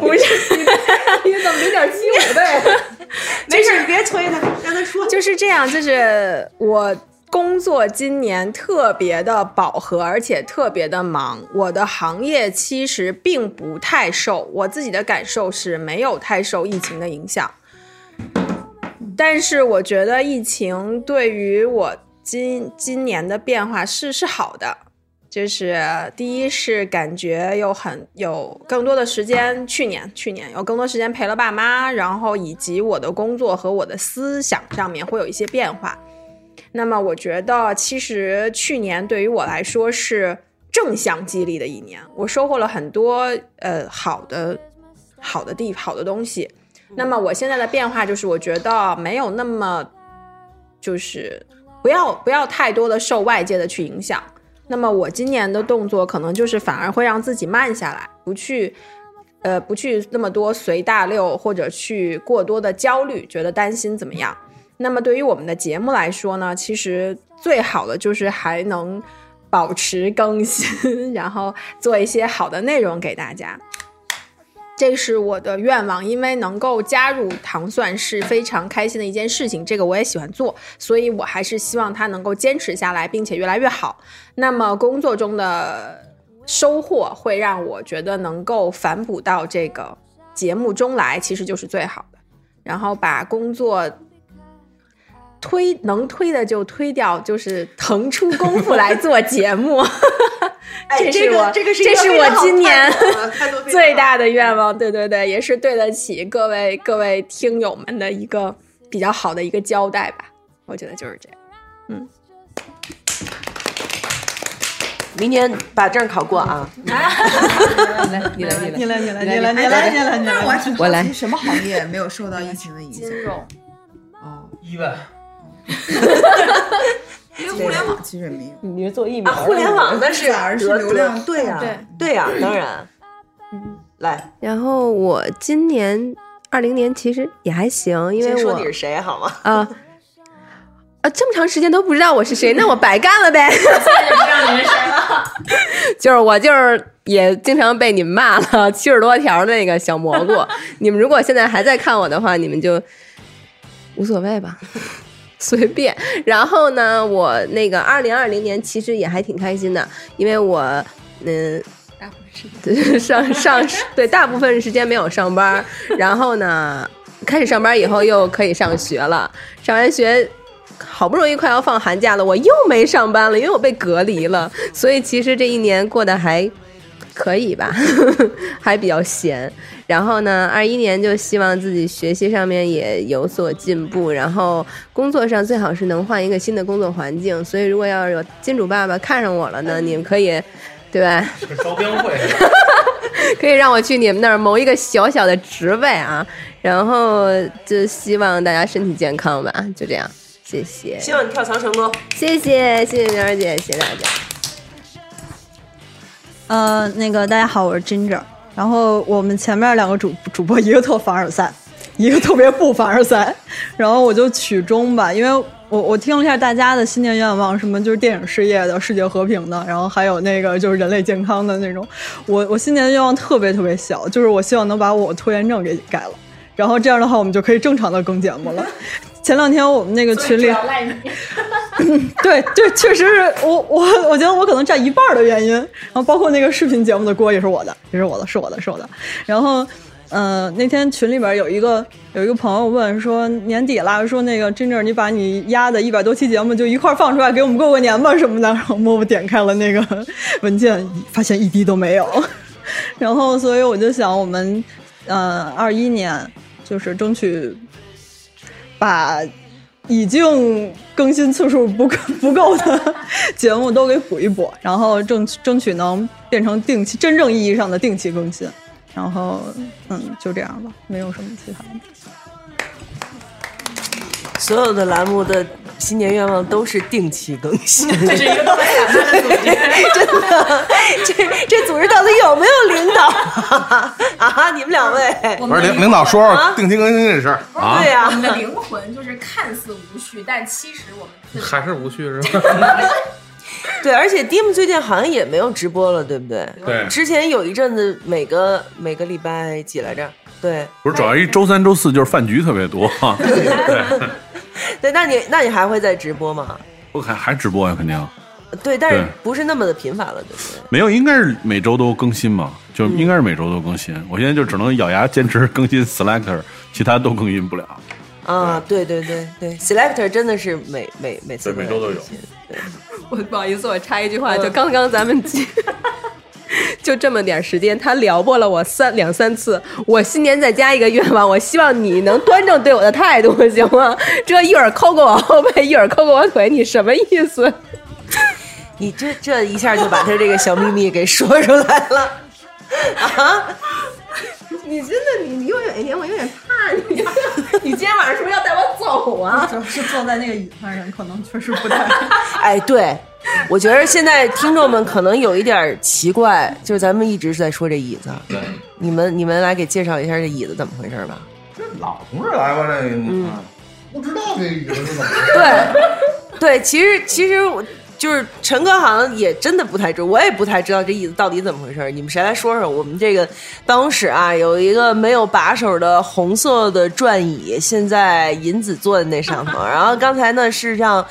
Speaker 8: 不是， [LAUGHS] 你怎么零点七五 [LAUGHS] 的呀？没事，你别催他，让他说。就是这样，就是我工作今年特别的饱和，而且特别的忙。我的行业其实并不太受，我自己的感受是没有太受疫情的影响。但是我觉得疫情对于我今今年的变化是是好的，就是第一是感觉有很有更多的时间，去年去年有更多时间陪了爸妈，然后以及我的工作和我的思想上面会有一些变化。那么我觉得其实去年对于我来说是正向激励的一年，我收获了很多呃好的好的地好的东西。那么我现在的变化就是，我觉得没有那么，就是不要不要太多的受外界的去影响。那么我今年的动作可能就是反而会让自己慢下来，不去，呃，不去那么多随大流，或者去过多的焦虑，觉得担心怎么样。那么对于我们的节目来说呢，其实最好的就是还能保持更新， [LAUGHS] 然后做一些好的内容给大家。这是我的愿望，因为能够加入糖蒜是非常开心的一件事情，这个我也喜欢做，所以我还是希望它能够坚持下来，并且越来越好。那么工作中的收获会让我觉得能够反哺到这个节目中来，其实就是最好的。然后把工作推能推的就推掉，就是腾出功夫来做节目。
Speaker 3: 哎，
Speaker 8: 这是
Speaker 3: 个
Speaker 8: 我
Speaker 3: 这个是
Speaker 8: 这是我今年 [LAUGHS] 最
Speaker 3: 大
Speaker 8: 大的愿望，对对对，也是对得起各位各位听友们的一个比较好的一个交代吧。我觉得就是这样。嗯，
Speaker 3: [LAUGHS] 明年把证考过 [LAUGHS] 啊！来，你来，
Speaker 6: 你来，你来，
Speaker 3: 你
Speaker 6: 你
Speaker 12: 哎
Speaker 3: 来
Speaker 6: 来，你来，
Speaker 3: 你来你
Speaker 6: 你
Speaker 3: 来
Speaker 6: 来，
Speaker 3: 你来
Speaker 6: 那我还挺好奇
Speaker 3: 我来
Speaker 12: 什么行业没有受到疫情的影响？金融。
Speaker 4: 一问
Speaker 12: 因为互联网啊其实也没有，
Speaker 3: 你是做疫苗啊互联网那是
Speaker 12: 反而是
Speaker 3: 得
Speaker 12: 流量
Speaker 3: 得对呀
Speaker 12: 对
Speaker 3: 对呀当然来，
Speaker 14: 然后我今年二零年其实也还行，因为
Speaker 3: 先
Speaker 14: 我
Speaker 3: 说你是谁好吗？
Speaker 14: 啊啊，这么长时间都不知道我是谁，那我白干了呗。 [LAUGHS] 就是我就是也经常被你们骂了七十多条那个小蘑菇。你们如果现在还在看我的话，你们就无所谓吧， [LAUGHS] 随便。然后呢，我那个二零二零年其实也还挺开心的，因为我嗯。对 [LAUGHS] 上上对大部分时间没有上班，然后呢，开始上班以后又可以上学了。上完学，好不容易快要放寒假了，我又没上班了，因为我被隔离了。所以其实这一年过得还可以吧， [LAUGHS] 还比较闲。然后呢，二一年就希望自己学习上面也有所进步，然后工作上最好是能换一个新的工作环境。所以如果要是有金主爸爸看上我了呢，你们可以。对吧？
Speaker 4: 是招标会，
Speaker 7: [LAUGHS]
Speaker 14: [LAUGHS] 可以让我去你们那儿谋一个小小的职位啊，然后就希望大家身体健康吧，就这样，谢谢，
Speaker 3: 希望你跳槽成功。
Speaker 14: 谢谢，谢谢苗儿姐，谢谢大家。
Speaker 15: 呃，那个大家好，我是 Ginger。然后我们前面两个主主播，一个特凡尔赛， [LAUGHS] 一个特别不凡尔赛。 [LAUGHS] 然后我就取中吧，因为我我听了一下大家的新年愿望，什么就是电影事业的、世界和平的，然后还有那个就是人类健康的那种。我我新年的愿望特别特别小，就是我希望能把我拖延症给改了。然后这样的话，我们就可以正常的更节目了。 [LAUGHS] 前两天我们那个群里，
Speaker 3: [LAUGHS]
Speaker 15: [LAUGHS] 对对，确实是我我我觉得我可能占一半儿的原因，然后包括那个视频节目的锅也是我的，也是我的，是我的，是我的。然后，呃，那天群里边有一个有一个朋友问说年底啦，说那个 Ginger 你把你压的一百多期节目就一块儿放出来给我们过过年吧什么的，然后默默点开了那个文件，发现一滴都没有。然后，所以我就想我们，呃，二一年就是争取把已经更新次数不够不够的节目都给补一补，然后争争取能变成定期真正意义上的定期更新。然后，嗯，就这样吧，没有什么其他的。
Speaker 3: 所有的栏目的新年愿望都是定期更 [LAUGHS] 新，
Speaker 6: 这是一个特别
Speaker 3: 简单的组 [LAUGHS] 织，真的，这这组织到底有没有领导 [LAUGHS] 啊？你们两位，
Speaker 5: 不是领领导说
Speaker 3: 啊
Speaker 5: 说定期更新这事儿啊？
Speaker 3: 对呀
Speaker 16: 我们的灵魂就是看似无趣，但其实我们
Speaker 13: 还是无趣是吧？
Speaker 3: 对，而且 Dim 最近好像也没有直播了，对不对？
Speaker 1: 对
Speaker 3: 之前有一阵子每个每个礼拜几来着？对，
Speaker 1: 不是主要一周三周四就是饭局特别多，对，
Speaker 3: 对，那你那你还会再直播吗？
Speaker 1: 我还还直播呀，啊肯定
Speaker 3: 对，但是
Speaker 1: 对
Speaker 3: 不是那么的频繁了，对不对？
Speaker 1: 没有，应该是每周都更新嘛，就应该是每周都更新。我现在就只能咬牙坚持更新 Selector，其他都更新不了。
Speaker 3: 啊，对对对对，Selector 真的是每每每次
Speaker 1: 对每周都有
Speaker 3: 更新。
Speaker 14: 我不好意思，我插一句话，就刚刚咱们 [LAUGHS] 就这么点时间，他撩拨了我三两三次。我新年再加一个愿望，我希望你能端正对我的态度，行吗？这一会儿抠抠我后背，一会儿抠抠我腿，你什么意思？
Speaker 3: 你这这一下就把他这个小秘密给说出来了 [LAUGHS] 啊！
Speaker 14: 你真的，你永远，哎我有点怕你。你今天晚上是不是要带我走啊？
Speaker 15: 就是坐在那个椅子上的人，可能确实不太。
Speaker 14: [LAUGHS]
Speaker 3: 哎，对，我觉得现在听众们可能有一点奇怪，就是咱们一直在说这椅子，你们你们来给介绍一下这椅子怎么回事吧。
Speaker 5: 老同志来吧，这嗯，
Speaker 9: 不知道这椅子是怎么
Speaker 3: 对，对，其实其实我就是陈哥，好像也真的不太知，我也不太知道这椅子到底怎么回事儿。你们谁来说说？我们这个办公室啊，有一个没有把手的红色的转椅，现在银子坐在那上头。然后刚才呢是让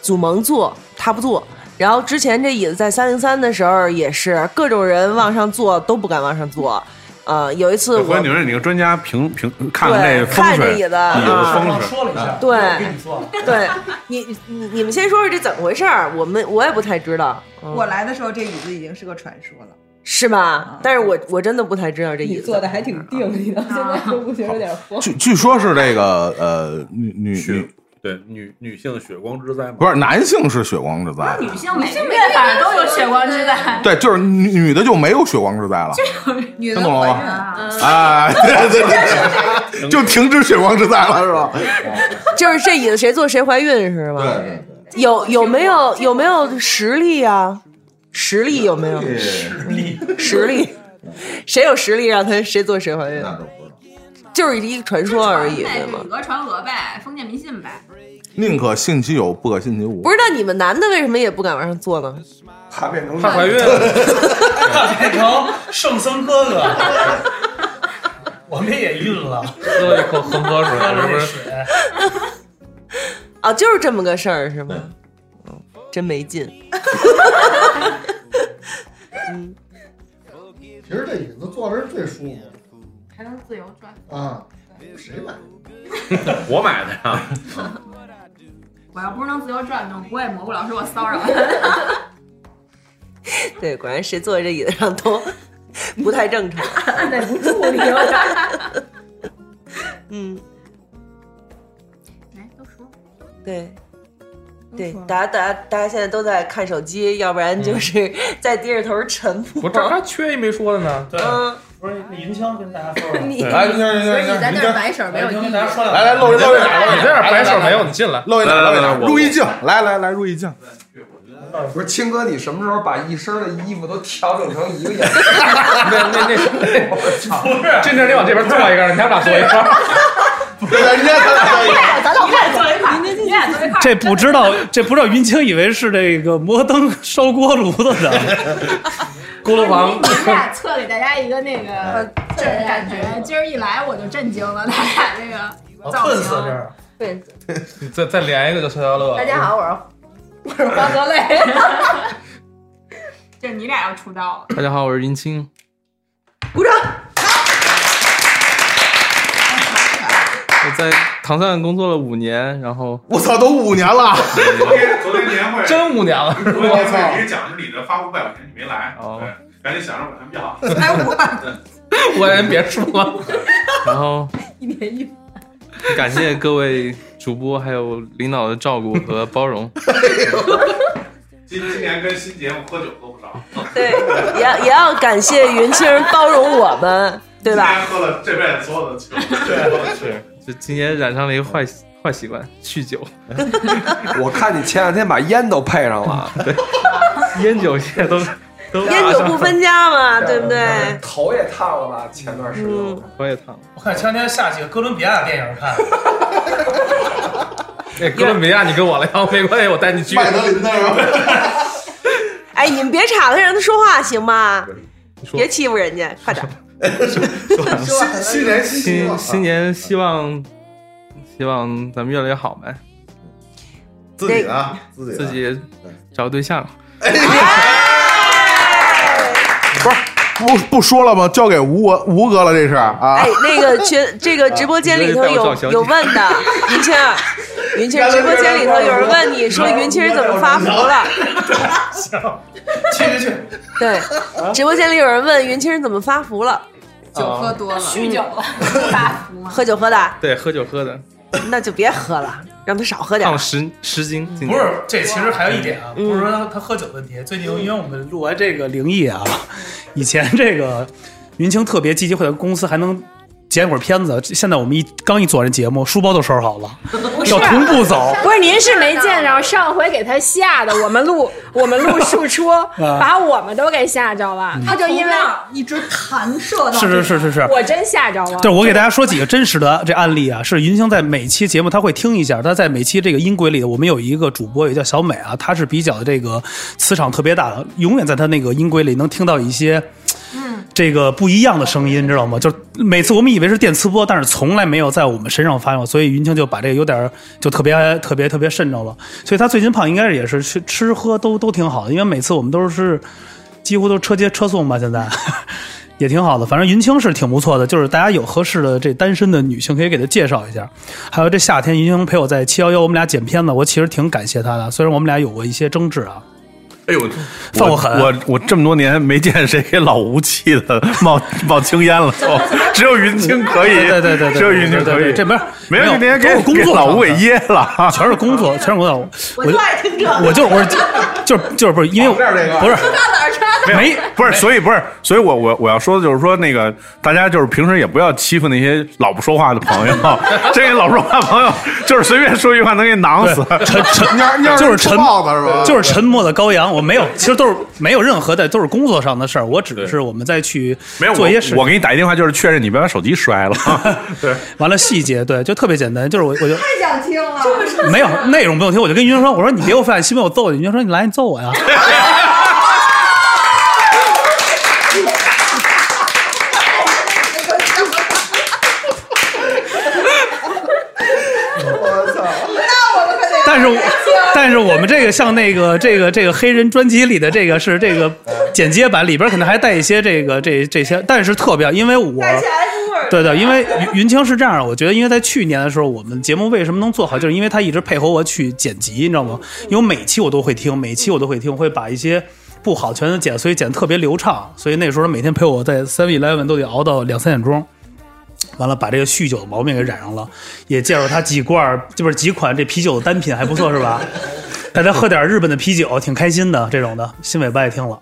Speaker 3: 祖萌坐，他不坐。然后之前这椅子在三零三的时候也是各种人往上坐都不敢往上坐。呃，有一次
Speaker 1: 回
Speaker 3: 我
Speaker 1: 头你们哪个专家评评看看
Speaker 3: 对
Speaker 1: 这风
Speaker 3: 看
Speaker 1: 水，
Speaker 3: 这椅
Speaker 1: 椅
Speaker 3: 子啊
Speaker 16: 嗯
Speaker 1: 风水，
Speaker 3: 说了一下
Speaker 1: 啊
Speaker 3: 对
Speaker 1: 我
Speaker 6: 跟你说了
Speaker 3: 对你你你们先说说这怎么回事儿，我们我也不太知道。嗯
Speaker 17: 我来的时候，这椅子已经是个传说了。
Speaker 3: 是吧？但是我我真的不太知道这椅子
Speaker 17: 啊坐的还挺定，你到现在都不觉得有点慌。
Speaker 5: 据据说是这个呃女女女
Speaker 1: 对女女性血光之灾嘛，
Speaker 5: 不是男性是血光之灾，
Speaker 16: [LAUGHS] 女性每个月反正都有血光之灾， [LAUGHS]
Speaker 5: 对，就是女女的就没有血光之灾了，
Speaker 16: 就有女
Speaker 5: 听懂了吗？
Speaker 16: 吗
Speaker 5: 哎， [LAUGHS] 对对对对，就停止血光之灾了，是吧？
Speaker 3: [LAUGHS] 就是这椅子谁坐谁怀孕是吗？
Speaker 5: 对
Speaker 3: 有有没有有没有实力啊？实力有没有？
Speaker 5: 力
Speaker 3: 实力，谁有实力让他谁坐谁怀孕？就是一个传说
Speaker 16: 啊
Speaker 3: 而已，对吗
Speaker 16: 以？讹传讹呗，封建迷信呗。
Speaker 5: 宁可信其有，不可信其无。
Speaker 3: 不是，那你们男的为什么也不敢往上坐呢？
Speaker 5: 怕变成
Speaker 13: 怕怀
Speaker 17: [LAUGHS]
Speaker 13: 孕， [LAUGHS]
Speaker 4: 怕变成圣僧哥哥，我们也晕了，
Speaker 13: 喝一口恒河水，是不是？
Speaker 3: 啊，就是这么个事儿是吗？嗯，真没劲。 [LAUGHS]
Speaker 9: 其实这椅子坐着是最舒服
Speaker 16: 还能自由转，
Speaker 9: 的啊，谁买？
Speaker 1: 我买的呀。
Speaker 16: [LAUGHS] 我要不是能自由转动，我也磨不了，是我骚扰。
Speaker 3: 对，果然谁坐在这椅子上都不太正常。
Speaker 16: 按耐不住
Speaker 3: 你有点嗯，
Speaker 16: 来，都说
Speaker 3: [LAUGHS] 对。对，大家大家大家现在都在看手机，要不然就是在低着头沉默。
Speaker 13: [LAUGHS] 我这还缺一没说的呢。
Speaker 4: 对，嗯不是林青跟大家说说，
Speaker 3: 你
Speaker 13: 来林青林青
Speaker 4: 不是
Speaker 13: 林青林青
Speaker 4: 手没有意义。来
Speaker 5: 来来，露一露一
Speaker 13: 你这样
Speaker 5: 奶，
Speaker 13: 白手没有，你进来，
Speaker 5: 露一奶，露一奶，入一
Speaker 13: 镜。
Speaker 5: 镜，来来来，入一镜。
Speaker 10: 不是青哥，你什么时候把一身的衣服都调整成一个颜色？那那那什么？
Speaker 13: 不是，这阵你往这边坐一个，你俩俩
Speaker 4: [LAUGHS]
Speaker 13: 坐一块儿。
Speaker 5: 对，人家
Speaker 11: 咱
Speaker 16: 俩坐一块儿，你俩坐一块儿。
Speaker 7: [LAUGHS] 这不知道，这不知道云清以为是这个摩登烧锅炉子呢，锅炉房
Speaker 16: 你们
Speaker 7: [LAUGHS]
Speaker 16: 俩测给大家一个那
Speaker 8: 呃
Speaker 16: 个这感觉，今儿一来我就震惊了，咱俩这个造
Speaker 13: 啊困死
Speaker 16: 型。
Speaker 13: 这儿。
Speaker 16: 对，
Speaker 13: 你再再连一个就消消乐。，
Speaker 16: 好，我是我是花泽类。 [LAUGHS] 就是你俩要出
Speaker 7: [LAUGHS]
Speaker 16: 道了，
Speaker 13: 大家好，我是林青。
Speaker 3: 鼓掌。
Speaker 13: 我在唐三工作了五年，然 [LAUGHS] 后
Speaker 5: 我操，都五
Speaker 13: [LAUGHS]
Speaker 5: 年了。
Speaker 1: 昨天昨天年会
Speaker 13: 真五年了
Speaker 1: 昨天年会，你讲是李哲发五百块钱，你没来，
Speaker 7: 哦
Speaker 1: 对，赶紧想着把他们要。
Speaker 13: 哎我先别说了。然后
Speaker 16: [LAUGHS] 一年一
Speaker 13: 感谢各位主播还有领导的照顾和包容。
Speaker 1: 今今年跟新节目喝酒都不少，
Speaker 3: 也也要感谢云清包容我们，对吧？
Speaker 1: 喝了这辈子所有的酒，对，是
Speaker 13: 就今年染上了一个坏习坏习惯，酗酒。
Speaker 10: 我看你前两天把烟都配上了，
Speaker 13: 烟酒现在都都
Speaker 3: 烟酒不分家嘛，对不对？
Speaker 10: 头也烫了吧？前段时间
Speaker 13: 我也烫了。
Speaker 4: 我看前两天下几个哥伦比亚电影看，
Speaker 13: 哎，哥伦比亚，你跟我聊没关系，我带你去。
Speaker 3: 麦德林
Speaker 13: 那个，
Speaker 3: 哎，你们别岔了，让他说话行吗？别欺负人家，快
Speaker 1: [LAUGHS]
Speaker 3: 点！
Speaker 5: 新新年新希
Speaker 13: 新
Speaker 5: 望
Speaker 13: 新年希望希望咱们越来越好呗。
Speaker 5: 自己呢？自己
Speaker 13: 自己找对象，
Speaker 5: 不不说了吗？交给吴我吴哥了，这是啊
Speaker 3: 哎，那个群这个直播间里头有有问的，云清儿，云清儿直播间里头有人问你说云清儿怎么发福了？
Speaker 4: 去去去，
Speaker 3: 对，直播间里有人问云清儿怎么发福了？
Speaker 13: 酒喝
Speaker 3: 多
Speaker 16: 了酗酒了
Speaker 3: 发福喝酒喝的，
Speaker 13: 对，哦喝酒喝的
Speaker 3: 那就别喝了，让他少喝点
Speaker 13: 胖
Speaker 3: 儿。
Speaker 13: 十十斤。今年
Speaker 4: 不是，这其实还有一点啊，
Speaker 7: [LAUGHS]
Speaker 3: 嗯
Speaker 4: 不是说他他喝酒问题。最近因为我们录完这个
Speaker 7: 灵异啊，以前这个云清特别积极，会在公司还能剪一会儿片子。现在我们一刚一做完节目，书包都收拾好了，要同步走。
Speaker 8: 不是，您是没见着上回给他吓的，我们录 [LAUGHS] 我们录
Speaker 7: [LAUGHS]
Speaker 8: 述说，
Speaker 7: 啊
Speaker 8: 把我们都给吓着了。他就因为一直弹射
Speaker 7: 是嗯是是是是
Speaker 8: 我真吓着了。
Speaker 7: 对，我给大家说几个真实的这案例啊，是云星在每期节目他会听一下，他在每期这个音轨里，我们有一个主播也叫小美啊，她是比较这个磁场特别大的，永远在她那个音轨里能听到一些。这个不一样的声音，知道吗？就是每次我们以为是电磁波，但是从来没有在我们身上发现过，所以云清就把这个有点儿就特别特别特别慎着了。所以他最近胖，应该也是吃吃喝都都挺好的，因为每次我们都是几乎都车接车送吧，现在也挺好的。反正云清是挺不错的，就是大家有合适的这单身的女性可以给她介绍一下。还有这夏天云清陪我在七幺幺，我们俩剪片子，我其实挺感谢她的，虽然我们俩有过一些争执啊。
Speaker 1: 哎呦，
Speaker 7: 放我狠啊
Speaker 1: 我我这么多年没见谁给老吴气的冒冒青烟
Speaker 6: [LAUGHS]
Speaker 1: 了，都只有云清可以，
Speaker 7: 对对对对对
Speaker 1: 只有云清可
Speaker 7: 对对对
Speaker 1: 以，
Speaker 7: 这不是
Speaker 1: 没有
Speaker 7: 有
Speaker 1: 那天
Speaker 7: 都
Speaker 1: 给
Speaker 7: 是工作
Speaker 1: 给老吴给
Speaker 7: 上的
Speaker 1: 噎了，
Speaker 7: 全是工作，全是工作。
Speaker 1: 我就爱
Speaker 7: 听
Speaker 1: 这
Speaker 7: 我就是我是就是就是不是因为不是
Speaker 16: 哪儿插
Speaker 1: 没有不是，所以不是，所以我我我要说的就是说，那个大家就是平时也不要欺负那些老不说话的朋友， [LAUGHS] 这些老不说话朋友就是随便说一句话能给你囊死，
Speaker 7: 沉沉就是沉就是沉默的羔羊。我没有，其实都是没有任何的，都是工作上的事儿。我只是我们再去
Speaker 1: 没有
Speaker 7: 做一些事
Speaker 1: 我。我给你打一电话，就是确认你别把手机摔了。
Speaker 7: [LAUGHS]
Speaker 1: 对，
Speaker 7: 完了细节对，就特别简单，就是我我就
Speaker 16: 太想听了，
Speaker 7: 没有内容不用听，我就跟云生说，我说你别给我发信息，我揍你。云生说你来你揍我呀。
Speaker 11: 我操！
Speaker 16: 那我们可得
Speaker 7: 但是我，但是我们这个像那个这个这个黑人专辑里的这个是这个剪接版，里边可能还带一些这个这这些，但是特别，因为我。对对，因为云云清是这样，我觉得，因为在去年的时候，我们节目为什么能做好，就是因为他一直配合我去剪辑，你知道吗？因为每期我都会听，每期我都会听，我会把一些不好全都剪，所以剪得特别流畅。所以那时候每天陪我在 Seven Eleven 都得熬到两三点钟。完了把这个酗酒的毛病给染上了，也介绍他几罐儿，这不是几款这啤酒的单品还不错是吧？带他喝点日本的啤酒，挺开心的这种的。新伟不爱听了，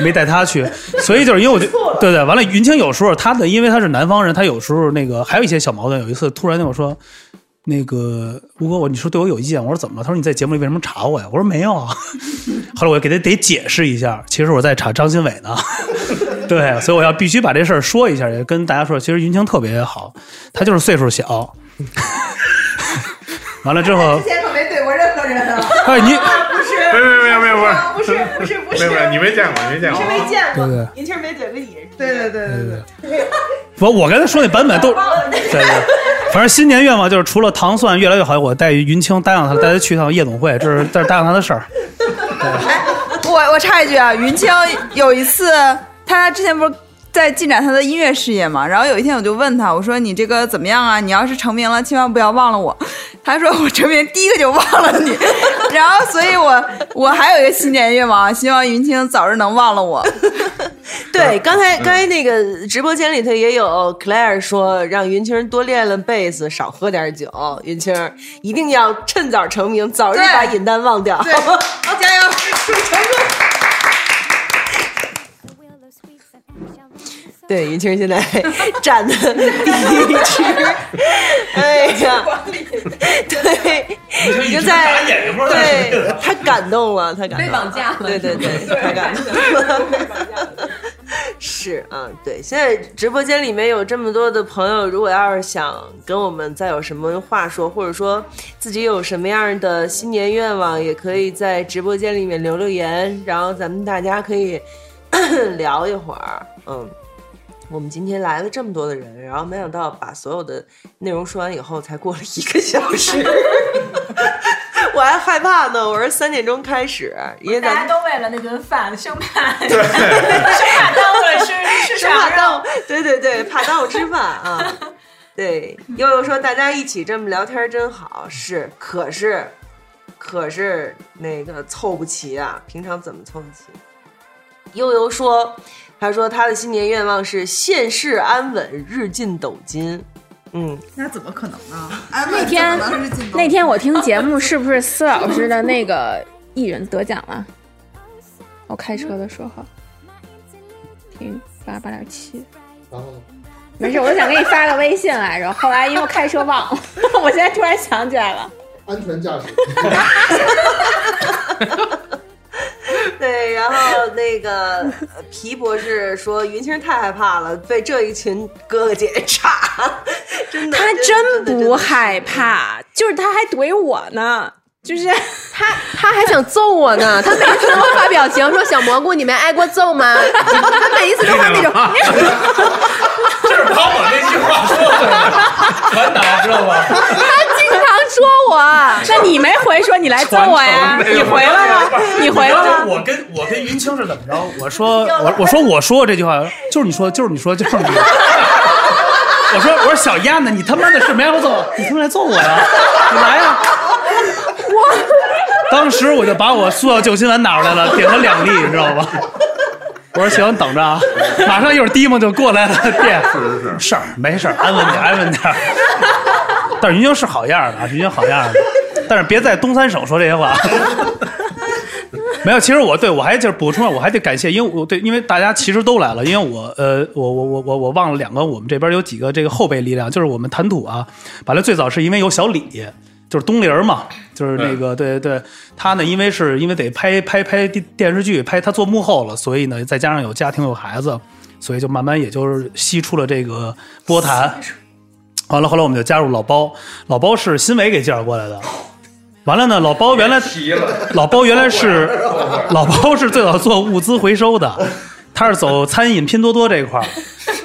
Speaker 7: 没带他去，所以就是因为我就对对，完了云清有时候他的，因为他是南方人，他有时候那个还有一些小矛盾。有一次突然跟我说。那个吴哥，我你说对我有意见，我说怎么了？他说你在节目里为什么查我呀？我说没有啊。后来我给他得解释一下，其实我在查张新伟呢。 [LAUGHS] 对，所以我要必须把这事儿说一下，也跟大家说，其实云清特别好，他就是岁数小。 [LAUGHS] 完了之后
Speaker 6: 之，前可没怼过任何人啊。
Speaker 7: 哎你
Speaker 6: 不是，
Speaker 1: 没有没有没有没有
Speaker 6: 啊不是不是不是，
Speaker 1: 没有没有你没见过你没见过
Speaker 6: 你是没见过
Speaker 7: 对对，
Speaker 6: 您其实没怼过你。对对对对 [LAUGHS] 对。
Speaker 7: 我我刚才说那版本都， [LAUGHS]
Speaker 3: [LAUGHS]
Speaker 7: 对对，反正新年愿望就是除了糖蒜越来越好，我带云清答应他带他去一趟夜总会，这是这是答应他的事儿。
Speaker 12: 我我插一句啊，云清有一次，他之前不是在进展他的音乐事业嘛，然后有一天我就问他，我说你这个怎么样啊？你要是成名了，千万不要忘了我。他说我成名第一个就忘了你， [LAUGHS] 啊然后所以我我还有一个新年愿望，希望云清早日能忘了我。 [LAUGHS]
Speaker 6: 啊
Speaker 3: 对，刚才
Speaker 1: 嗯
Speaker 3: 刚才那个直播间里头也有 Claire 说，让云清多练练贝斯，少喝点酒。云清一定要趁早成名，早日
Speaker 6: 对
Speaker 3: 把瘾单忘掉。
Speaker 6: 对，
Speaker 14: 啊
Speaker 6: 好加油！
Speaker 3: [LAUGHS] 对，云清现在 [LAUGHS] 站的第一只，哎呀，
Speaker 15: [LAUGHS]
Speaker 3: 对，已经在
Speaker 6: 已经眨眼睛不知道在哪
Speaker 3: 对，他感动了，他感动
Speaker 2: 被绑架了
Speaker 3: 对对对，他感动了。是啊，对，现在直播间里面有这么多的朋友，如果要是想跟我们再有什么话说，或者说自己有什么样的新年愿望，也可以在直播间里面留留言，然后咱们大家可以 [COUGHS] 聊一会儿。嗯，我们今天来了这么多的人，然后没想到把所有的内容说完以后，才过了一个小时， [LAUGHS] 我还害怕呢。我说三点钟开始，因为
Speaker 16: 大
Speaker 3: 咱
Speaker 16: 家
Speaker 3: 们
Speaker 16: 都为了那顿饭，生怕
Speaker 3: [LAUGHS]
Speaker 16: 生怕耽误了吃吃
Speaker 3: 生怕耽误，对对对，怕耽误吃饭啊。 [LAUGHS] 对，悠悠说大家一起这么聊天真好，是，可是，可是那个凑不齐啊，平常怎么凑得齐？悠悠说，他说他的新年愿望是现世安稳，日进斗金。嗯，
Speaker 6: 那怎么可能呢？
Speaker 3: 哎
Speaker 8: 那天那天我听节目，是不是司老师的那个艺人得奖了？我开车的时候听八八点七，
Speaker 9: 然后呢
Speaker 8: 没事，我就想给你发个微信来着，后来因为我开车忘了， [LAUGHS] 我现在突然想起来了。
Speaker 9: 安全驾驶。
Speaker 3: 对，然后那个呃皮博士说，云清太害怕了，被这一群哥哥姐姐炸，真的，
Speaker 8: 他真不害怕，就是他还怼我呢，就是
Speaker 3: 嗯
Speaker 14: 他他还想揍我呢，他每一次都会发表情说小蘑菇，你们挨过揍吗？他每一次都发那种，
Speaker 4: 这是把我那句话说回来了，传达知道吧？
Speaker 8: 他经常说我。 [LAUGHS] [LAUGHS] 那你没回说你来揍我呀？
Speaker 4: 传承
Speaker 8: 你回来了吗？你回来了吗？
Speaker 4: 我跟我跟云清是怎么着？
Speaker 7: 我说我我说我说这句话就是你说就是你说就是你
Speaker 8: [LAUGHS]
Speaker 7: 说。我说我说小燕子，你他妈的是没挨过揍，你他妈来揍我呀！ [LAUGHS] 你来啊
Speaker 8: [LAUGHS]
Speaker 7: 呀！ [LAUGHS] 当时我就把我塑料救心丸拿出来了，点了两粒，你知道吗？我说行，等着 [LAUGHS] 啊，马上一会儿迪蒙就过来了，店是是是，事儿没事儿，安稳点，安稳点。 [LAUGHS] 但是云英是好样儿的啊，云英好样儿的，但是别在东三省说这些 [LAUGHS] 话。没有，其实我对我还就是补充，我还得感谢，因为我对，因为大家其实都来了，因为我呃，我我我我我忘了两个，我们这边有几个这个后备力量，就是我们谈吐啊，本来最早是因为有小李，就是东林儿嘛，就是那个、对对，他呢因为是因为得拍拍拍电电视剧，拍他做幕后了，所以呢再加上有家庭有孩子，所以就慢慢也就是吸出了这个波澜。完了，后来我们就加入老包，老包是新伟给介绍过来的。完了呢，老包原来老包原来是老包是最早做物资回收的，他是走餐饮拼多多这一块儿，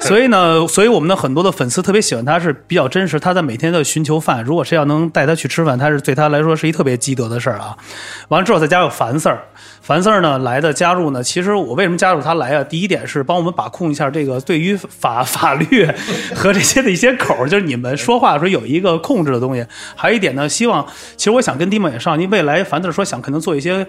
Speaker 7: 所以呢，所以我们的很多的粉丝特别喜欢他，是比较真实。他在每天的寻求饭，如果谁要能带他去吃饭，他是对他来说是一特别积德的事儿啊。完了之后，再加上樊 Sir，樊 Sir 呢来的加入呢，其实我为什么加入他来啊？第一点是帮我们把控一下这个对于法法律和这些的一些口儿，就是你们说话的时候有一个控制的东西。还有一点呢，希望其实我想跟蒂莫也上，因为未来樊 Sir 说想可能做一些。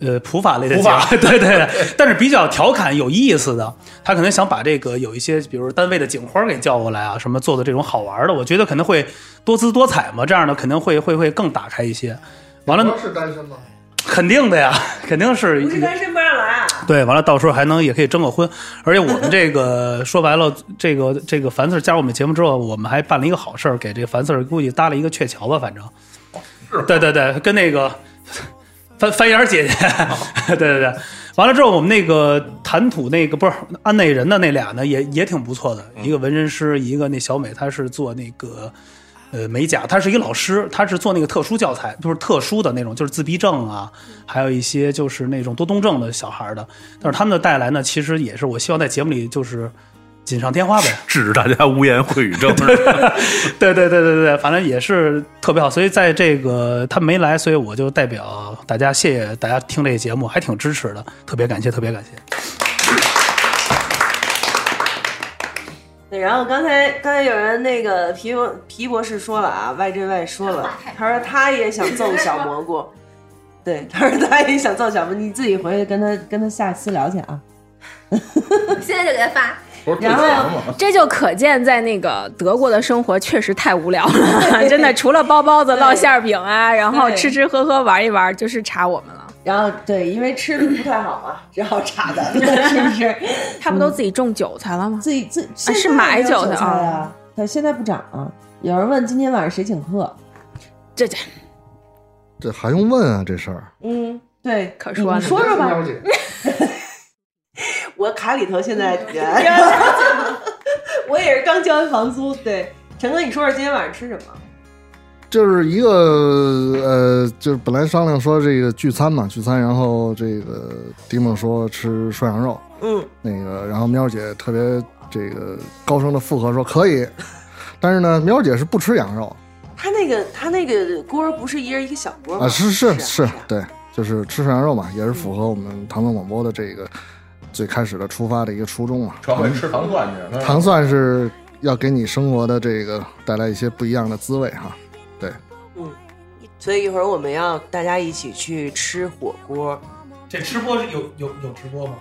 Speaker 7: 呃，普法类的
Speaker 4: 普
Speaker 7: 节目
Speaker 4: 法
Speaker 7: 对对对，但是比较调侃有意思的，他可能想把这个有一些，比如单位的警花给叫过来啊，什么做的这种好玩的，我觉得可能会多姿多彩嘛，这样呢肯定会会会更打开一些。完了，
Speaker 9: 是单身吗？
Speaker 7: 肯定的呀， [LAUGHS] 肯定是
Speaker 3: 不是单身不让来。啊
Speaker 7: 对，完了到时候还能也可以征个婚，而且我们这
Speaker 3: [LAUGHS]
Speaker 7: 个说白了，这个这个樊四儿加入我们节目之后，我们还办了一个好事儿，给这个樊四儿估计搭了一个鹊桥吧，反正，对对对，跟那个 [LAUGHS] 翻翻眼儿姐姐， [LAUGHS] 对对对，完了之后我们那个谈吐那个不是安内人的那俩呢，也也挺不错的，一个纹身师，一个那小美，她是做那个。呃，美甲，她是一个老师，她是做那个特殊教材，就是特殊的那种，就是自闭症啊，还有一些就是那种多动症的小孩儿的。但是他们的带来呢，其实也是我希望在节目里就是锦上添花呗。
Speaker 1: 制止大家污言秽语症。是吧
Speaker 7: [LAUGHS] 对对对对对，反正也是特别好。所以在这个他没来，所以我就代表大家谢谢大家听这个节目，还挺支持的，特别感谢，特别感谢。
Speaker 3: 对，然后刚才刚才有人那个皮博皮博士说了啊，YJY 说了，他说他也想
Speaker 18: [LAUGHS]
Speaker 3: 揍小蘑菇，对，他说他也想揍小蘑菇，你自己回去跟他跟他下次聊去啊。
Speaker 18: 现在就给他发。
Speaker 8: [LAUGHS] 然后这就可见，在那个德国的生活确实太无聊了，真的，除了包包子、烙馅儿饼啊，然后吃吃喝喝、 [LAUGHS] 玩一玩，就是查我们了。
Speaker 3: 然后对，因为吃的不太好嘛，只好查
Speaker 8: [LAUGHS]
Speaker 3: 咱们了，是不是？嗯
Speaker 8: 他不都自己种韭菜了吗？
Speaker 3: 自己自己
Speaker 8: 啊是买韭
Speaker 3: 菜
Speaker 8: 菜
Speaker 3: 啊
Speaker 8: 啊？
Speaker 3: 它现在不涨啊。有人问今天晚上谁请客？
Speaker 8: 这这，
Speaker 9: 这还用问啊？这事儿
Speaker 3: 嗯，对，
Speaker 8: 可
Speaker 3: 说
Speaker 8: 呢
Speaker 3: 你说说吧
Speaker 9: 了解。
Speaker 3: [LAUGHS] 我卡里头现 [LAUGHS] 在，我也是刚交完房租。对，陈哥，你说说今天晚上吃什么？
Speaker 9: 就是一个呃，就是本来商量说这个聚餐嘛，聚餐，然后这个迪梦说吃涮羊肉，
Speaker 3: 嗯，
Speaker 9: 那个，然后喵姐特别这个高声的附和说可以，但是呢，喵姐是不吃羊肉
Speaker 3: 他那个他那个锅不是一人一个小锅吗？
Speaker 9: 啊，是是是，对，就是吃涮羊肉嘛，也是符合我们唐宋广播的这个最开始的出发的一个初衷嘛。
Speaker 5: 传回吃糖蒜去，
Speaker 9: 糖蒜是要给你生活的这个带来一些不一样的滋味哈，对，
Speaker 3: 所以一会儿我们要大家一起去吃火锅，
Speaker 7: 这吃播是有有有直播吗？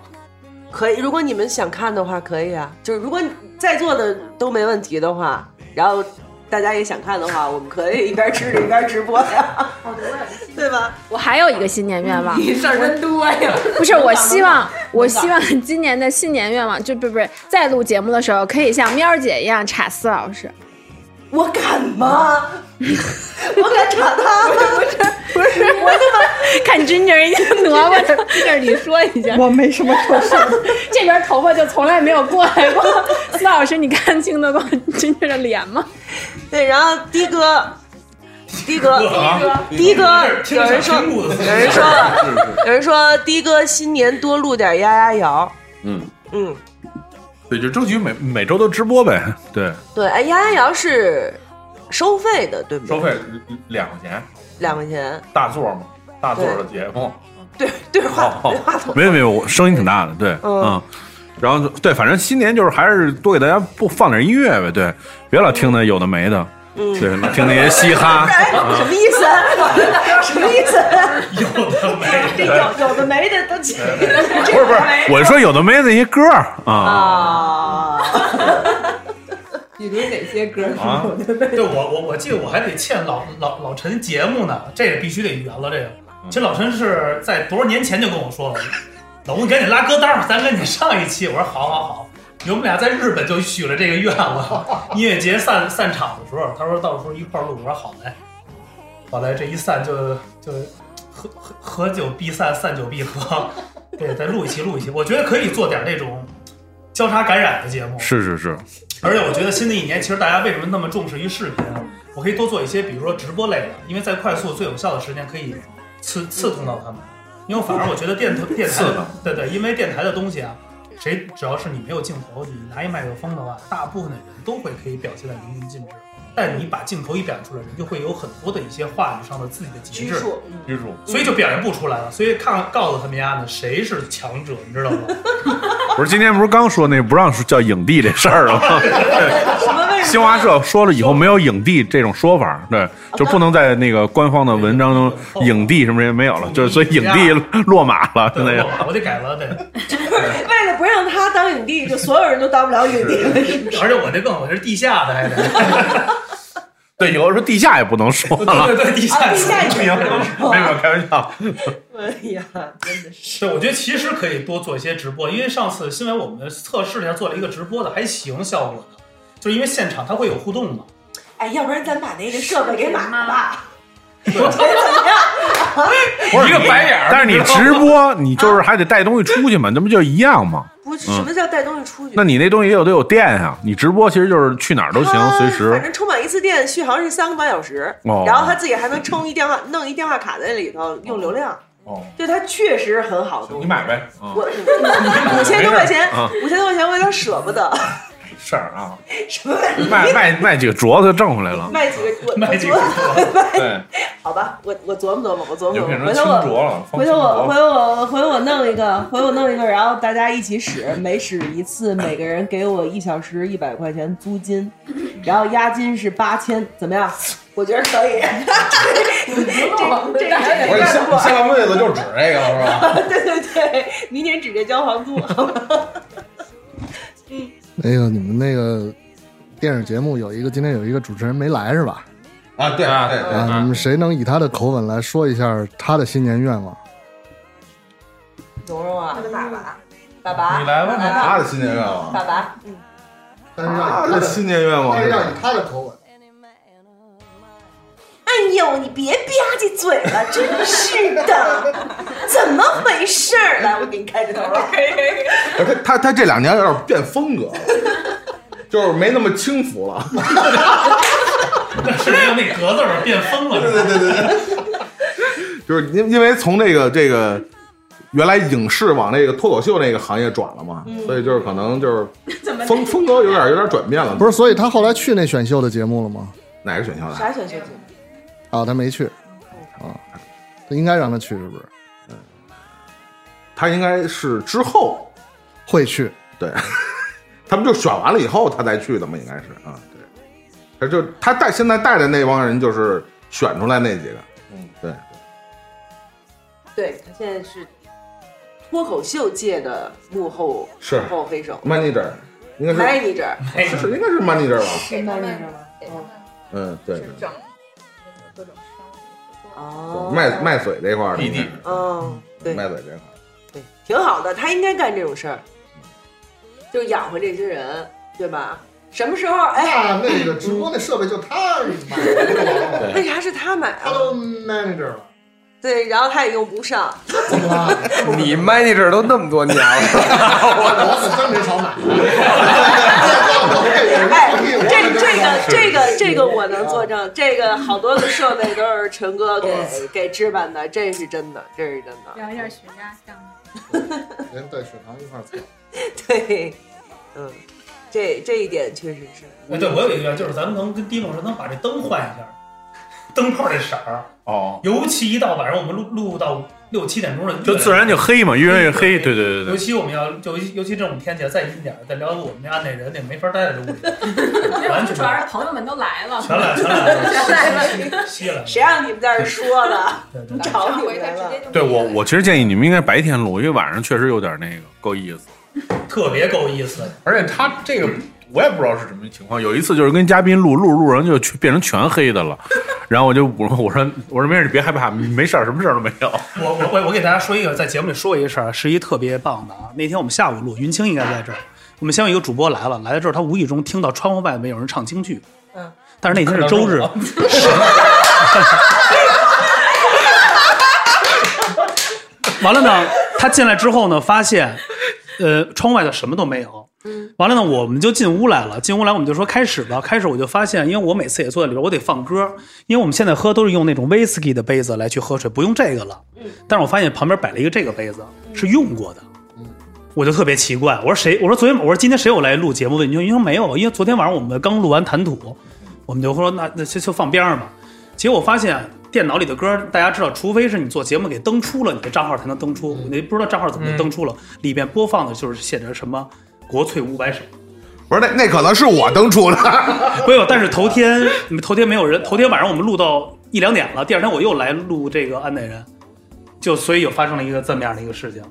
Speaker 3: 可以。如果你们想看的话，可以啊。就是如果你在座的都没问题的话，然后大家也想看的话，我们可以一边吃着一边直播呀，对吧？
Speaker 8: 我还有一个新年愿望，
Speaker 3: 你事儿真多呀
Speaker 8: [LAUGHS] 不是，我希望，我
Speaker 3: 能咋
Speaker 8: 希望今年的新年愿望，就不不是在录节目的时候，可以像喵儿姐一样插司老师。
Speaker 3: 我敢吗？我敢查他吗？
Speaker 8: 不是，我他妈看 Ginger 已经 [LAUGHS] 挪过去了，Ginger 你说一下。
Speaker 15: 我没什么特殊，
Speaker 8: [LAUGHS] 这边头发就从来没有过来过。 [LAUGHS] 司老师，你看清得过 Ginger 的脸吗？
Speaker 3: [LAUGHS] 对，然后的哥，的哥
Speaker 8: 啊，
Speaker 3: 的哥，
Speaker 8: 听
Speaker 3: 有人说，
Speaker 8: 着听着
Speaker 3: 有人说，有人说，的哥新年多录点压压摇。
Speaker 1: 嗯，
Speaker 3: 嗯，
Speaker 1: 对，就争取每每周都直播呗。对，
Speaker 3: 对，哎，压压摇是收费的，对不对？
Speaker 5: 收费两块钱，
Speaker 3: 两块钱。
Speaker 5: 大座嘛，大座的节目，
Speaker 3: 对话
Speaker 1: 哦，没有没有，我声音挺大的，对，
Speaker 3: 嗯
Speaker 1: 嗯，然后就对，反正新年就是还是多给大家不放点音乐呗，对，别老听那有的没的，
Speaker 3: 嗯
Speaker 1: 对，老听那些嘻哈，
Speaker 3: [LAUGHS] 哎什么意思？什么意思？
Speaker 1: 对
Speaker 3: 这有有的没的都起。不
Speaker 1: 不是不是，我说有的没的那些歌儿啊，
Speaker 3: 啊，
Speaker 19: [LAUGHS] 你说哪些歌？
Speaker 1: 啊
Speaker 7: 对我我我记得我还得欠老老老陈节目呢，这个必须得圆了。这个其实老陈是在多少年前就跟我说了，老公你赶紧拉歌单儿，咱跟你上一期。我说好好好，我们俩在日本就许了这个愿望。音乐节散散场的时候，他说到时候一块儿录，我说好嘞。后来这一散就就合合合久必散，散久必合。 [LAUGHS] 对，再录一期录一期，我觉得可以做点那种交叉感染的节目。
Speaker 1: 是是是，
Speaker 7: 而且我觉得新的一年，其实大家为什么那么重视于视频啊？我可以多做一些，比如说直播类的，因为在快速最有效的时间可以刺刺痛到他们。因为反而我觉得电台电台
Speaker 1: 刺
Speaker 7: 的
Speaker 1: 吧
Speaker 7: 对对，因为电台的东西啊，谁只要是你没有镜头，你拿一麦克风的话，大部分的人都会可以表现的淋漓尽致。但你把镜头一表现出来，人就会有很多的一些话语上的自己的节制，
Speaker 5: 女主
Speaker 7: 所以就表现不出来了。所以看告诉他们家呢，谁是强者，你知道吗？
Speaker 1: 不是今天不是刚说那不让叫影帝这事儿了吗？新华社说了以后没有影帝这种说法，
Speaker 3: 哦
Speaker 1: 对，就不能在那个官方的文章中影帝什么也没有
Speaker 3: 哦
Speaker 1: 了，就是所以影
Speaker 3: 啊
Speaker 1: 帝落马了，现在
Speaker 7: 对
Speaker 1: 要。
Speaker 7: 我我得改了，对。
Speaker 3: [LAUGHS] 为了不让他当影帝，就所有人都当不了影帝了，是不是？
Speaker 7: 而且我这更我是地下的，还得
Speaker 1: 对，有的时候地下也不能说了，
Speaker 7: 对对对，地下
Speaker 3: 啊地下也
Speaker 7: 不
Speaker 3: 不
Speaker 7: 行，
Speaker 3: 能说
Speaker 1: 没有开玩
Speaker 3: [LAUGHS]
Speaker 1: 笑。
Speaker 3: 哎呀，真的是。
Speaker 7: 对，我觉得其实可以多做一些直播，因为上次新闻我们测试了一下，做了一个直播的，还行效果的，就是因为现场它会有互动嘛。
Speaker 3: 哎，要不然咱把那个设备给买了
Speaker 1: [LAUGHS]
Speaker 3: 吧？
Speaker 1: 不是但是你直播，你就是还得带东西出
Speaker 3: [LAUGHS]
Speaker 1: 去嘛，那不就一样吗？
Speaker 3: 不是，
Speaker 1: 嗯
Speaker 3: 什么叫带东西出去？
Speaker 1: 那你那东西也有得有电啊，你直播其实就是去哪儿都嗯行，随
Speaker 3: 啊反 [LAUGHS]
Speaker 1: 时。
Speaker 3: 正充满一次电续航是三个半小时，
Speaker 1: 哦
Speaker 3: 然后他自己还能充一电话，弄一电话卡在里头用流量，
Speaker 1: 哦，
Speaker 3: 对他确实很好的东西。
Speaker 1: 你买呗，
Speaker 3: 我五千多块钱
Speaker 1: 没事啊，
Speaker 3: 五千多块钱我有点舍不得。
Speaker 1: 事儿啊，
Speaker 3: 什么玩意
Speaker 1: 卖
Speaker 3: 儿
Speaker 1: 卖卖几个镯子挣回来了。
Speaker 3: 卖几个？我
Speaker 1: 卖几个
Speaker 3: 我琢
Speaker 1: 对，
Speaker 3: [LAUGHS] 好吧，我我琢磨琢磨，我琢磨
Speaker 1: 就
Speaker 3: 琢
Speaker 1: 变
Speaker 3: 磨，
Speaker 1: 成
Speaker 3: 回
Speaker 1: 轻
Speaker 3: 头
Speaker 1: 镯
Speaker 3: 我
Speaker 1: 了，放
Speaker 3: 回
Speaker 1: 轻
Speaker 3: 头
Speaker 1: 镯
Speaker 3: 我回头我回头我弄一个，回头我弄一个，然后大家一起使，每使一次，每个人给我一小时一百块钱租金，然后押金是八千，怎么样？我觉得可以。 [LAUGHS] 这这
Speaker 5: [LAUGHS] 我说
Speaker 3: 这这
Speaker 5: 你下你下半
Speaker 3: [LAUGHS]
Speaker 5: 辈子就指这个了是吧？
Speaker 3: 对对对，明年指着交房 [LAUGHS] 租。
Speaker 9: 那个你们那个电视节目有一个今天有一个主持人没来是吧？
Speaker 5: 啊，对啊，对对
Speaker 9: 啊，你们谁能以他的口吻来说一下他的新年愿望？
Speaker 3: 蓉蓉啊，爸爸，爸爸，
Speaker 5: 你来吧
Speaker 3: 来吧
Speaker 5: 他的新年愿望
Speaker 3: 爸爸，嗯，
Speaker 9: 但是
Speaker 5: 他的啊新年愿望
Speaker 9: 但
Speaker 5: 是
Speaker 9: 是
Speaker 5: 什
Speaker 9: 要以
Speaker 5: 么？
Speaker 9: 他的口吻。
Speaker 3: 哎呦，你别吧唧嘴了，真是的，怎么回事儿？来，我给你开个头。啊
Speaker 5: 不是他他他这两年有点变风格了， [LAUGHS] 就是没那么轻浮了。 [LAUGHS]
Speaker 4: 是没有那格子儿变疯了。对
Speaker 5: 对对对对。就是因因为从这个这个原来影视往那个脱口秀那个行业转了嘛，
Speaker 9: 嗯
Speaker 5: 所以就是可能就是风风格有点有点转变了。
Speaker 9: 不是，所以他后来去那选秀的节目了吗？
Speaker 5: 哪个选秀的？
Speaker 3: 啥选秀节
Speaker 9: 啊，他没去。啊，他应该让他去是不是？
Speaker 5: 他应该是之后
Speaker 9: 会去，
Speaker 5: 对，他们就选完了以后他再去的嘛，应该是啊，对，他就他带现在带的那帮人就是选出来那几个，嗯，对，
Speaker 3: 对他现在是脱口秀界的幕后
Speaker 5: 是
Speaker 3: 幕后黑手
Speaker 5: manager 应该是
Speaker 3: manager，
Speaker 5: [LAUGHS] 是应该是 manager 吧，
Speaker 3: 给 manager 吗？
Speaker 5: 嗯，对，对
Speaker 3: 整各种哦，
Speaker 5: 卖卖水这块儿的，
Speaker 3: 嗯，对，
Speaker 5: 卖水这块儿。
Speaker 3: 挺好的，他应该干这种事儿，就养活这些人，对吧？什么时候？哎，
Speaker 9: 那个直播那设备就他买
Speaker 5: 对
Speaker 3: 为啥是他买啊？
Speaker 9: 都 manager 了，
Speaker 3: 对，然后他也用不上，
Speaker 10: 你 manager 都那么多
Speaker 3: [LAUGHS]
Speaker 10: 年
Speaker 5: [LAUGHS]
Speaker 10: 了，
Speaker 9: 我可真没少买。
Speaker 3: 哎，这这个这个这个我能作证，这个好多个设备都是陈哥给给置办的，这是真的，这是真的。
Speaker 16: 聊一下雪茄项
Speaker 9: 连带血糖一块儿测。
Speaker 3: 对，嗯，这这一点确实是。
Speaker 4: 哎，对，我有一个愿望，就是咱们能跟迪总说，能把这灯换一下，灯泡这色儿。
Speaker 5: 哦，
Speaker 4: 尤其一到晚上，我们录录到六七点钟了，
Speaker 1: 就自然就黑嘛，越来越黑。对对对
Speaker 4: 尤
Speaker 1: 对，
Speaker 4: 其我们要，尤其尤其这种天气再阴点儿，再聊我们家那人那没法待在这屋里，完
Speaker 17: 那
Speaker 4: 全
Speaker 17: 主要是朋友们都来了，
Speaker 4: 全来全来了
Speaker 17: 全来了，
Speaker 4: 吸了。
Speaker 3: 谁让你们在这说的？找你们来了。
Speaker 1: 对我我其实建议你们应该白天录，因为晚上确实有点那个够意思。
Speaker 4: 特别够意思。
Speaker 5: 而且他这个我也不知道是什么情
Speaker 1: 情况有一次就是跟嘉宾录录录，然后就全变成全黑的了。然后我就我说我说我说没事，你别害怕，没事儿，什么事儿都没有。
Speaker 7: 我我我我给大家说一个，在节目里说一个事儿，是一特别棒的啊。那天我们下午录，云清应该在这儿。我们先有一个主播来了，来了之后，他无意中听到窗户外面有人唱京剧，
Speaker 3: 嗯，
Speaker 7: 但是那天是周日， [LAUGHS] 完了呢，他进来之后呢，发现，呃，窗外头什么都没有。
Speaker 13: 嗯
Speaker 7: 完了呢，我们就进屋来了。进屋来我们就说开始吧。开始我就发现，因为我每次也坐在里边，我得放歌，因为我们现在喝都是用那种 whisky 的杯子来去喝水，不用这个了。但是我发现旁边摆了一个这个杯子，是用过的。我就特别奇怪，我说谁？我说昨天我说今天谁有来录节目？问你你说没有，因为昨天晚上我们刚录完谈吐，我们就说那那就就放边上吧。结果我发现电脑里的歌，大家知道，除非是你做节目给登出了，你的账号才能登出。我那不知道账号怎么就登出了，里边播放的就是写着什么“国粹五百首
Speaker 5: 不是那那可能是我登出的，”，
Speaker 7: [LAUGHS] 没有。但是头天头天没有人，头天晚上我们录到一两点了，第二天我又来录这个安内人，就所以有发生了一个这么样的一个事情。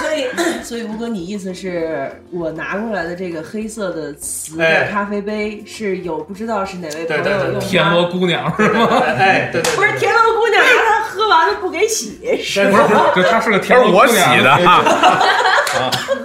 Speaker 3: 所以， [CLEARS THROAT] 所以吴哥，你意思是我拿过来的这个黑色的瓷的
Speaker 13: 哎
Speaker 3: 咖啡杯是有不知道是哪位朋
Speaker 13: 对
Speaker 3: 友
Speaker 13: 对
Speaker 3: 用
Speaker 13: 对，
Speaker 3: 吗？
Speaker 13: 田螺姑娘是吗？
Speaker 4: 哎，对对
Speaker 3: 不是田螺姑娘，拿她喝完了不给洗，是
Speaker 13: 不
Speaker 3: 吗
Speaker 13: 是不是，就她是个田螺姑娘。
Speaker 1: 这是我洗的啊
Speaker 13: 啊
Speaker 3: [LAUGHS]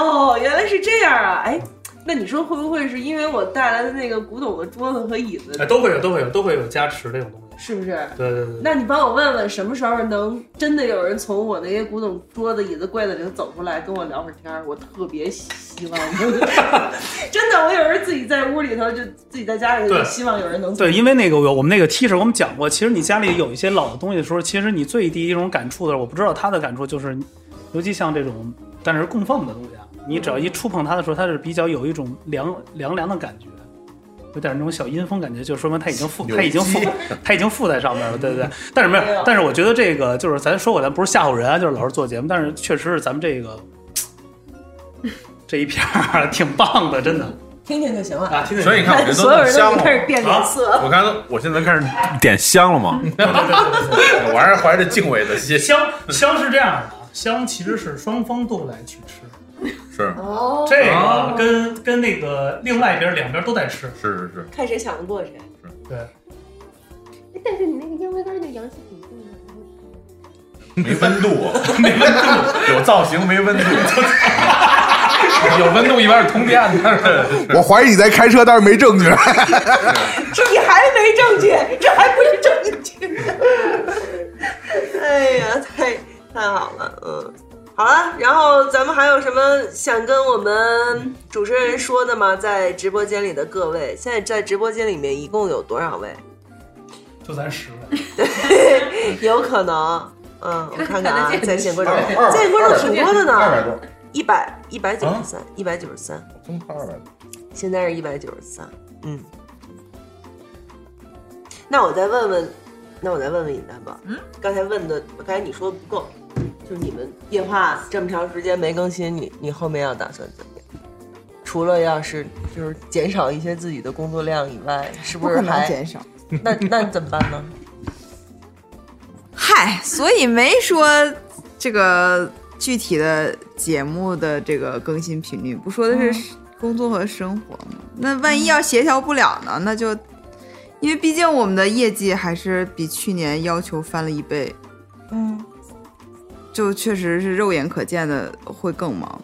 Speaker 3: 哦，原来是这样啊！哎，那你说会不会是因为我带来的那个古董的桌子和椅子
Speaker 4: 哎，，都会有，都会有，都会有加持这种东西。
Speaker 3: 是不是？
Speaker 4: 对对对，
Speaker 3: 那你帮我问问，什么时候能真的有人从我那些古董桌子、椅子、柜子里头走出来跟我聊会儿天儿？我特别希望，真的，我有时候自己在屋里头，就自己在家里头，
Speaker 7: 对
Speaker 3: 就希望有人能走
Speaker 7: 对，因为那个我我们那个 T 恤，我们讲过，其实你家里有一些老的东西的时候，其实你最第一种感触的，我不知道他的感触就是，尤其像这种，但是供奉的东西啊，你只要一触碰它的时候，它是比较有一种凉凉凉的感觉，有点那种小阴风感觉，就说明它已经附
Speaker 13: 扭，
Speaker 7: 它已经附
Speaker 13: 机，
Speaker 7: 它已经附在上面了，对对对。但是没
Speaker 13: 没有
Speaker 7: 有，但是我觉得这个就是咱说过，咱不是吓唬人啊，就是老是做节目，但是确实是咱们这个这一片儿挺棒的，真的。
Speaker 3: 听听就行了
Speaker 4: 啊听听
Speaker 1: 所以你看，我这
Speaker 3: 所有人
Speaker 1: 香
Speaker 3: 都
Speaker 1: 了
Speaker 3: 开始变脸色
Speaker 1: 啊我
Speaker 3: [LAUGHS]
Speaker 1: 刚才我现在开始点香了嘛，我还是怀着敬畏的心。
Speaker 4: 香香是这样的，啊，香其实是双方都来去吃，
Speaker 1: 是
Speaker 3: 哦
Speaker 4: 这个跟跟那个另外一边两边都在吃，
Speaker 1: 是是是，
Speaker 3: [LAUGHS] 看谁抢得过谁。
Speaker 4: 对，
Speaker 2: 哎但是你那个烟灰缸那阳气挺重的。
Speaker 1: 没温度，没温度，有造型没温
Speaker 3: [LAUGHS]
Speaker 1: 度，有温度一般是通电的。
Speaker 20: 我怀疑你在开车，但是没证据。
Speaker 5: [LAUGHS]
Speaker 13: 嗯
Speaker 3: 你还没证据，这还不是证据。 [LAUGHS] 哎呀，太太好了，嗯，好了，然后咱们还有什么想跟我们主持人说的吗？在直播间里的各位，现在在直播间里面一共有多少位？ [LAUGHS]
Speaker 4: 就咱十个。
Speaker 3: 有可能，嗯，我看看啊，在线观众
Speaker 4: 二百，
Speaker 3: 在线观众挺多的呢，
Speaker 20: 二百多，啊
Speaker 3: 一百一百九十三，一百九十三，
Speaker 20: 真看二百多。
Speaker 3: 现在是一百九十三，嗯。那我再问问，那我再问问尹丹吧。嗯，刚才问的，刚才你说的不够，就是你们夜话这么长时间没更新，你你后面要打算怎么样？除了要是就是减少一些自己的工作量以外，是不
Speaker 12: 不
Speaker 3: 是
Speaker 12: 可能
Speaker 3: 还
Speaker 12: 减少？
Speaker 3: 那那怎么办呢？
Speaker 12: 嗨，哎所以没说这个具体的节目的这个更新频率，不说的是工作和生活嘛。那万一要协调不了呢？那就因为毕竟我们的业绩还是比去年要求翻了一倍，
Speaker 3: 嗯，
Speaker 12: 就确实是肉眼可见的会更忙。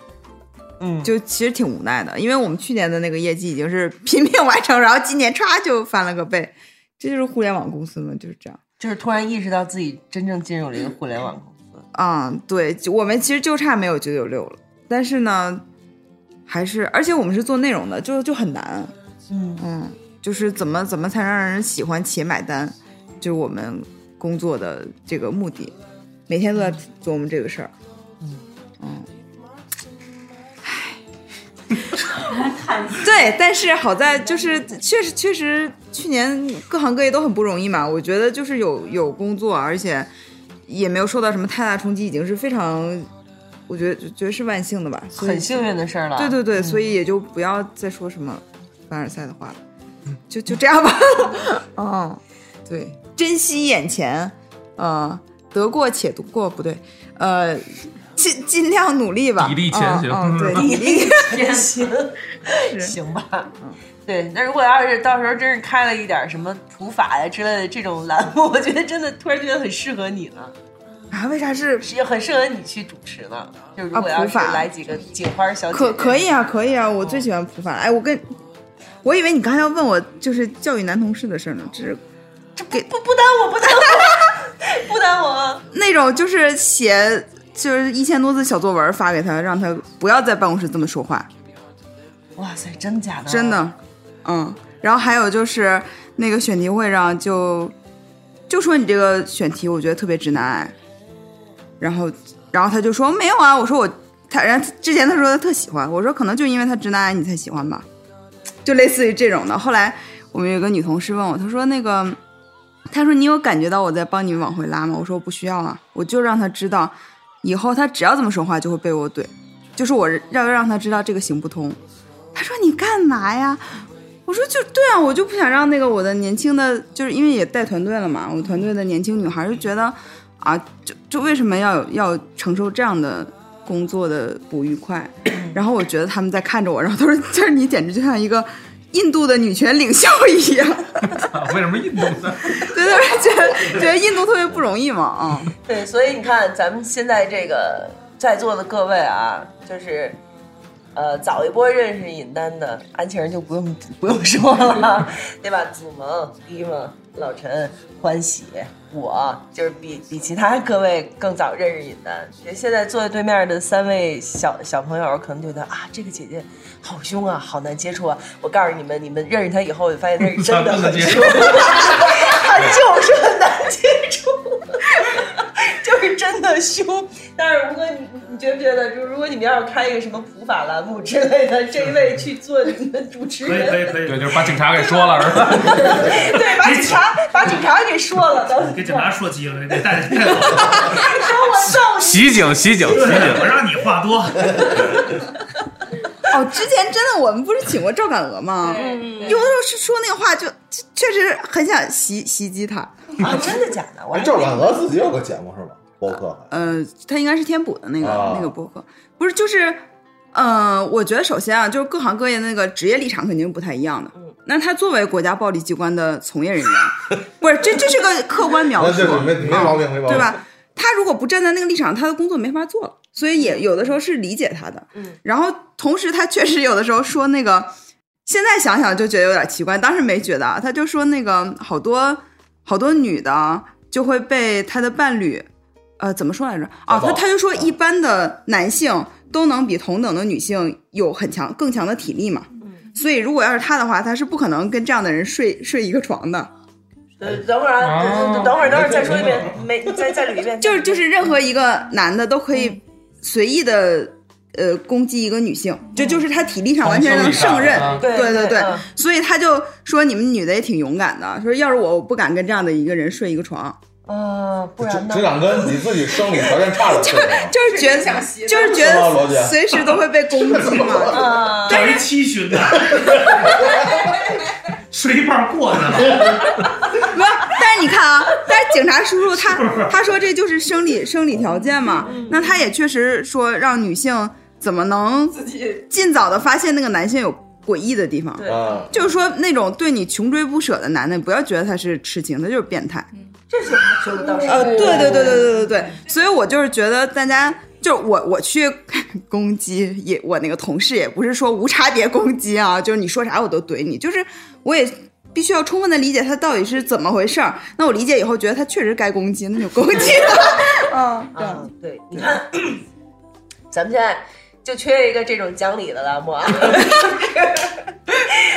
Speaker 3: 嗯，
Speaker 12: 就其实挺无奈的，因为我们去年的那个业绩已经是拼命完成，然后今年歘就翻了个倍，这就是互联网公司嘛，就是这样。
Speaker 3: 就是突然意识到自己真正进入了一个互联网公司。
Speaker 12: 啊、对，就我们其实就差没有九九六了，但是呢，还是，而且我们是做内容的，就就很难，
Speaker 14: [LAUGHS]
Speaker 3: 嗯
Speaker 12: 嗯，就是怎么怎么才让人喜欢且买单，就是我们工作的这个目的，每天都在做我们这个事儿，对，但是好在就是确实确实去年各行各业都很不容易嘛，我觉得就是有有工作，而且也没有受到什么太大冲击，已经是非常，我觉得觉得是万幸的吧，所以
Speaker 3: 很幸运的事儿了
Speaker 12: 对对对，
Speaker 3: 嗯
Speaker 12: 所以也就不要再说什么凡尔赛的话了，就就这样吧。 [LAUGHS] 嗯，对，珍惜眼前，呃，得过且过，不对，呃。尽尽量努力吧，
Speaker 3: 砥砺前行 [LAUGHS]
Speaker 12: 嗯嗯对，
Speaker 3: 砥
Speaker 12: 砥砺
Speaker 3: 砺前行， [LAUGHS] 行吧。对，那如果要是到时候真是开了一点什么普法呀之类的这种栏目，我觉得真的突然觉得很适合你了。
Speaker 12: 啊，为啥是
Speaker 3: 是很适合你去主持呢？就是如果
Speaker 12: 啊
Speaker 3: 要是
Speaker 12: 普法
Speaker 3: 来几个警花小姐姐，
Speaker 12: 可可以啊，可以啊，我最喜欢普法了。哎，我跟，我以为你刚才要问我就是教育男同事的事儿呢，这是
Speaker 3: 不不耽误，不耽误， [LAUGHS] 不耽误啊。
Speaker 12: [LAUGHS] 那种就是写就是一千多字小作文发给他，让他不要在办公室这么说话，
Speaker 3: 哇塞，真的假的？
Speaker 12: 真的，嗯。然后还有就是那个选题会上就就说你这个选题我觉得特别直男癌，然后然后他就说没有啊，我说我他然后之前他说他特喜欢，我说可能就因为他直男癌你才喜欢吧，就类似于这种的。后来我们有个女同事问我，她说那个，她说你有感觉到我在帮你往回拉吗？我说我不需要啊，我就让他知道，以后他只要这么说话就会被我怼，就是我要让他知道这个行不通。她说你干嘛呀？我说就对啊，我就不想让那个我的年轻的，就是因为也带团队了嘛，我团队的年轻女孩就觉得，啊，就就为什么要要承受这样的工作的不愉快？ [COUGHS] 然后我觉得他们在看着我，然后他说：“就是你简直就像一个印度的女权领袖一样。 [LAUGHS]
Speaker 13: 啊
Speaker 1: 为什么印度呢？”
Speaker 12: 对，他们觉得觉得印度特别不容易嘛，啊、
Speaker 3: [LAUGHS] 对，所以你看，咱们现在这个在座的各位啊，就是呃，早一波认识尹丹的，安琪儿就不用不用说了，对吧？祖萌、迪蒙、老陈、欢喜，我就是比比其他各位更早认识尹丹。现在坐在对面的三位小小朋友，可能觉得啊，这个姐姐好凶啊，好难接触啊。我告诉你们，你们认识她以后，就发现她是真的
Speaker 11: 真的
Speaker 3: 很
Speaker 11: 接触
Speaker 3: 凶， [LAUGHS] 她就是很难接触。 [LAUGHS] 就是真的凶。但是如果你你觉不觉得，就是如果你们要是开一个什么普法栏目之类的，这一位去做你们的主持人， [LAUGHS]
Speaker 4: 可以，
Speaker 1: 对，就是把警察给说了，是吧？
Speaker 3: 对，把警察把警察给说了，都
Speaker 4: 给警察说急了，得带带走。
Speaker 3: [LAUGHS] 说我揍你。 [LAUGHS]
Speaker 1: 袭警，袭警，袭警！
Speaker 4: 我让你话多。
Speaker 12: [LAUGHS] 哦，之前真的我们不是请过赵敢娥吗？
Speaker 3: 嗯
Speaker 12: 有的时候是说那个话就，就确实很想袭袭击他。
Speaker 3: [LAUGHS] 啊，真的假的？
Speaker 12: 我还
Speaker 20: 哎，赵婉娥自己有个节目是吗？播客。
Speaker 12: 呃，他应该是天补的那个、
Speaker 20: 啊
Speaker 12: 那个播客，不是就是，呃，我觉得首先啊，就是各行各业的那个职业立场肯定不太一样的。
Speaker 3: 嗯
Speaker 12: 那他作为国家暴力机关的从业人员，不是这这是个客观描述啊
Speaker 20: 那就是，没没毛病没毛病
Speaker 12: 对吧？他如果不站在那个立场，他的工作没法做了，所以也有的时候是理解他的。
Speaker 3: 嗯，
Speaker 12: 然后同时他确实有的时候说那个，现在想想就觉得有点奇怪，当时没觉得啊，他就说那个好多好多女的就会被她的伴侣，呃，怎么说来着？啊，
Speaker 3: 家暴
Speaker 12: 他他就说一般的男性都能比同等的女性有很强更强的体力嘛，所以如果要是他的话，他是不可能跟这样的人睡睡一个床的。
Speaker 3: 呃等会儿啊，等等会儿，等会儿再说一遍，没再再捋一
Speaker 12: [LAUGHS]
Speaker 3: 遍。
Speaker 12: 就是就是任何一个男的都可以随意的呃攻击一个女性，就就是他体力上完全能胜
Speaker 3: 防守力
Speaker 12: 任
Speaker 3: 上啊，
Speaker 12: 对
Speaker 3: 对
Speaker 12: 对
Speaker 3: 对嗯
Speaker 12: 所以他就说你们女的也挺勇敢的，说要是我我不敢跟这样的一个人睡一个床，
Speaker 3: 呃，不然呢？
Speaker 20: 只敢跟你自己生理条件差的
Speaker 12: 就
Speaker 20: 对
Speaker 12: 是
Speaker 20: 吧
Speaker 12: 就是觉得就是觉
Speaker 20: 什么逻辑
Speaker 12: 得随时都会被攻击嘛，
Speaker 4: 找
Speaker 12: 但
Speaker 4: 一
Speaker 12: 是
Speaker 4: 七旬
Speaker 3: [LAUGHS]
Speaker 4: 的，睡一半儿过去了。
Speaker 12: [LAUGHS] 不是，但是你看啊，但是警察叔叔他他说这就是生理生理条件嘛，那他也确实说让女性怎么能尽早的发现那个男性有诡异的地方，
Speaker 20: 啊，
Speaker 12: 就是说那种对你穷追不舍的男的，不要觉得他是痴情，他就是变态。
Speaker 3: 这是说的倒是。
Speaker 12: 呃，对对对对对对对，所以我就是觉得大家。就是我我去 [LAUGHS] 攻击也我那个同事也不是说无差别攻击啊，就是你说啥我都怼你，就是我也必须要充分的理解他到底是怎么回事儿。那我理解以后觉得他确实该攻击，那就攻
Speaker 3: [LAUGHS]
Speaker 12: 击了。 [LAUGHS] 嗯，
Speaker 3: 啊，对，你看，咱们现在就缺一个这种讲理的栏目啊。 [LAUGHS]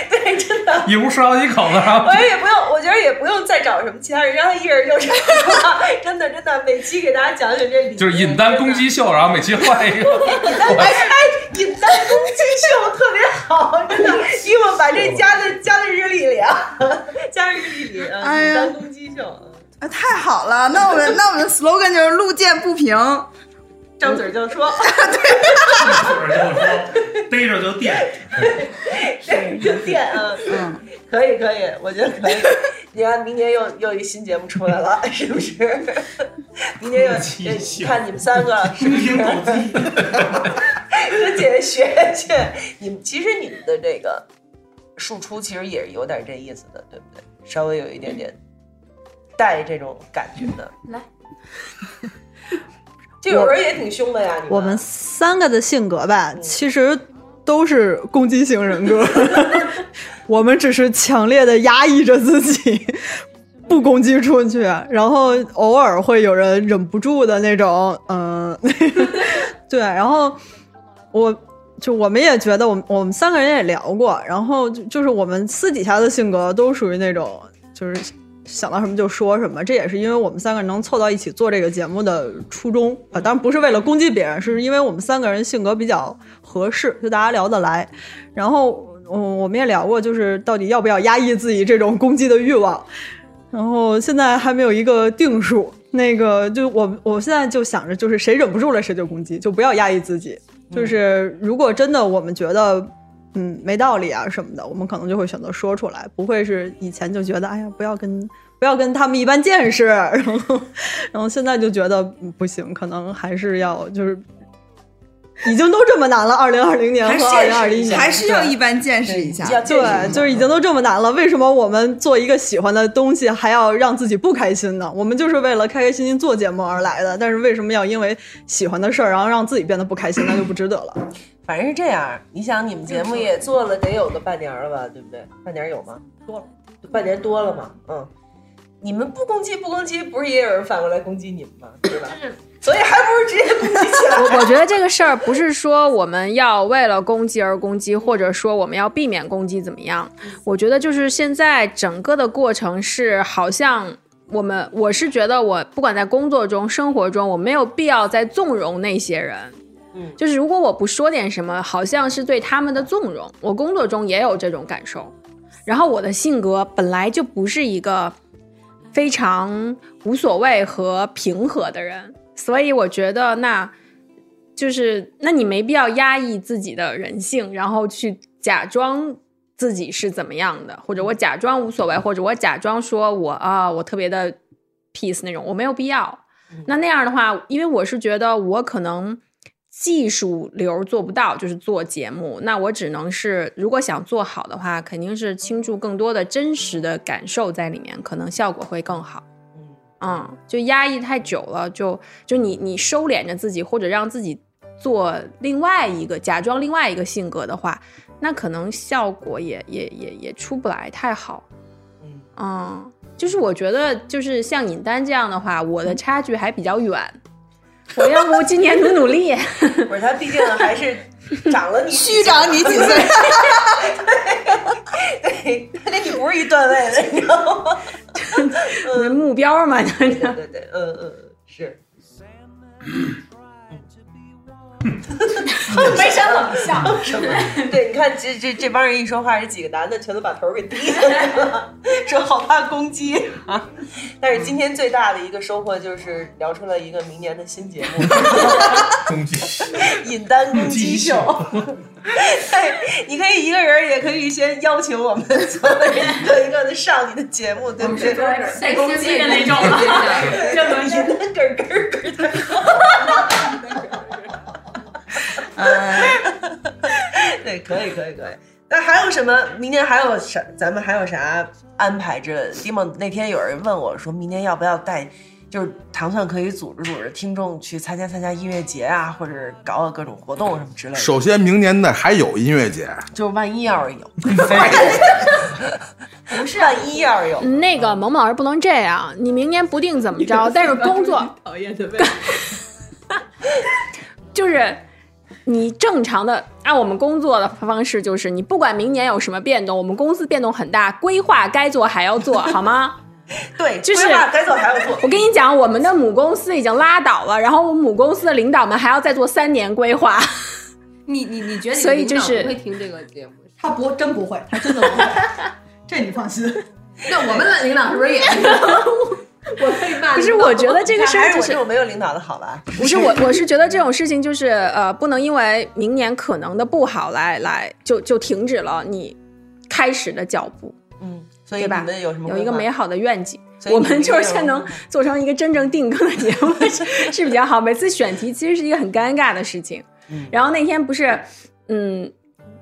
Speaker 3: 对，真的。
Speaker 4: 一屋吃好几口子，然后
Speaker 3: 我也不用，我觉得也不用再找什么其他人，让他一人就成了。 [LAUGHS] 真的，真的，每期给大家讲讲这理。
Speaker 13: 就是引单攻击秀，然后每期换一个。
Speaker 3: 哎哎，引单攻击秀特别好，真 [LAUGHS] 的，一会儿把这加在加在日历里 [LAUGHS] 啊，加在日历里啊，
Speaker 12: 哎呀
Speaker 3: 引单攻击秀，
Speaker 12: 啊太好了，那我们那我们的 slogan 就是路见不平。
Speaker 3: 张嘴就说。
Speaker 4: 逮着就电。
Speaker 3: 对，就电啊，嗯，可以可以，我觉得可以。你看，明年又又一新节目出来了，是不是？明年又你看你们三个，是不是？跟姐姐学学，你们其实你们的这个输出其实也是有点这意思的，对不对？稍微有一点点带这种感觉的，
Speaker 2: 来，
Speaker 3: 就有时候也挺凶的呀。你
Speaker 15: 我们三个的性格吧，其实都是攻击型人格， [LAUGHS] 我们只是强烈的压抑着自己， [LAUGHS] 不攻击出去，然后偶尔会有人忍不住的那种，嗯、 [LAUGHS] 对，然后我。就我们也觉得，我们我们三个人也聊过，然后就就是我们私底下的性格都属于那种，就是想到什么就说什么，这也是因为我们三个人能凑到一起做这个节目的初衷啊、呃当然不是为了攻击别人，是因为我们三个人性格比较合适，就大家聊得来。然后，嗯、我们也聊过，就是到底要不要压抑自己这种攻击的欲望。然后现在还没有一个定数。那个，就我我现在就想着，就是谁忍不住了谁就攻击，就不要压抑自己。
Speaker 12: 嗯
Speaker 15: 就是如果真的我们觉得嗯，没道理啊什么的，我们可能就会选择说出来，不会是以前就觉得哎呀，不要跟不要跟他们一般见识， [LAUGHS] 然后然后现在就觉得嗯不行，可能还是要就是已经都这么难了，二 [LAUGHS] 零二零年和二零二一年
Speaker 12: 还是要
Speaker 15: 对
Speaker 12: 一般见识一下。
Speaker 15: 对，就是已
Speaker 3: 嗯
Speaker 15: 经都这么难了，为什么我们做一个喜欢的东西还要让自己不开心呢？我们就是为了开开心心做节目而来的，但是为什么要因为喜欢的事儿，然后让自己变得不开心，那就不值得了。
Speaker 3: 反正是这样，你想你们节目也做了得有个半年了吧，对不对？半年有吗？多了，半年多了嘛，嗯。你们不攻击不攻击，不是也有人反过来攻击你们吗？对吧？所以还不如直接攻击起来。
Speaker 8: [LAUGHS] 我我觉得这个事儿不是说我们要为了攻击而攻击，或者说我们要避免攻击怎么样？我觉得就是现在整个的过程是好像。我们我是觉得，我不管在工作中、生活中，我没有必要再纵容那些人。
Speaker 3: 嗯，
Speaker 8: 就是如果我不说点什么，好像是对他们的纵容。我工作中也有这种感受。然后我的性格本来就不是一个非常无所谓和平和的人，所以我觉得那就是那你没必要压抑自己的人性，然后去假装自己是怎么样的，或者我假装无所谓，或者我假装说我啊我特别的 peace 那种，我没有必要。那那样的话，因为我是觉得我可能技术流做不到，就是做节目，那我只能是如果想做好的话，肯定是倾注更多的真实的感受在里面，可能效果会更好。嗯，就压抑太久了，就就你你收敛着自己，或者让自己做另外一个假装另外一个性格的话，那可能效果也也也也出不来太好。嗯，就是我觉得就是像尹丹这样的话，我的差距还比较远。我要不今年努努力？
Speaker 3: [LAUGHS] 不是，他毕竟还是长了你几岁啊
Speaker 12: 虚长你几
Speaker 3: [LAUGHS]
Speaker 12: 岁
Speaker 3: 对，他那你不是一段位的，你知道吗？
Speaker 8: 目标嘛，
Speaker 3: 对对对，嗯嗯是。
Speaker 16: [LAUGHS] 没什么笑
Speaker 3: [LAUGHS] 什么？对，你看这这这帮人一说话，这几个男的全都把头给低下去了，说好怕攻击啊。但是今天最大的一个收获就是聊出了一个明年的新节目，
Speaker 5: 攻击
Speaker 3: 尹 [LAUGHS] 丹攻击秀。对，哎你可以一个人，也可以先邀请我们所有人一个一个的上你的节目，对不对？
Speaker 16: 带攻击的那种了
Speaker 3: 对对对
Speaker 16: 这么
Speaker 3: 尹丹咯咯咯咯。 [LAUGHS] 对，可以，可以，可以。那还有什么？明年还有啥？咱们还有啥安排之类的？丁梦那天有人问我说，明年要不要带，就是糖蒜可以组织组织听众去参加参加音乐节啊，或者是搞搞各种活动什么之类的。
Speaker 5: 首先，明年的还有音乐节，
Speaker 3: 就是万
Speaker 8: 啊
Speaker 3: 一要是有，
Speaker 8: 不是
Speaker 3: 万一要 [LAUGHS] 有
Speaker 8: 嗯那个萌萌老师不能这样，你明年不定怎么着，但是工 [LAUGHS] 作
Speaker 17: 讨
Speaker 3: [LAUGHS]
Speaker 17: 厌的问题。
Speaker 8: 就是你正常的按我们工作的方式，就是你不管明年有什么变动，我们公司变动很大，规划该做还要做，好吗？
Speaker 3: [LAUGHS] 对，
Speaker 8: 就是
Speaker 3: 规划该做还要做。
Speaker 8: 我跟你讲，我们的母公司已经拉倒了，然后我们母公司的领导们还要再做三年规划。
Speaker 2: 你你你觉得你
Speaker 8: 所以就
Speaker 2: 领导
Speaker 8: 是
Speaker 2: 不会听这个节目？
Speaker 6: 他不真不会，他真的不会，这你放心。
Speaker 2: 那我们的领导是不是也？
Speaker 3: [LAUGHS]
Speaker 2: 我可以骂。
Speaker 8: 不是，我觉得这个事
Speaker 3: 还
Speaker 8: 儿
Speaker 3: 是
Speaker 8: 就
Speaker 3: 我
Speaker 8: 是
Speaker 3: 这种没有领导的好吧？
Speaker 8: 不是我，我是觉得这种事情就是呃，不能因为明年可能的不好来来就就停止了你开始的脚步，
Speaker 3: 嗯，所以
Speaker 8: 对吧？
Speaker 3: 你们有什么
Speaker 8: 有一个
Speaker 3: 规划
Speaker 8: 美好的愿景，
Speaker 3: 所以
Speaker 8: 我
Speaker 3: 你
Speaker 8: 们
Speaker 3: 们
Speaker 8: 就是
Speaker 3: 有
Speaker 8: 先能做成一个真正定更的节目 [LAUGHS] 是是比较好。每次选题其实是一个很尴尬的事情。
Speaker 10: 嗯
Speaker 8: 然后那天不是，嗯，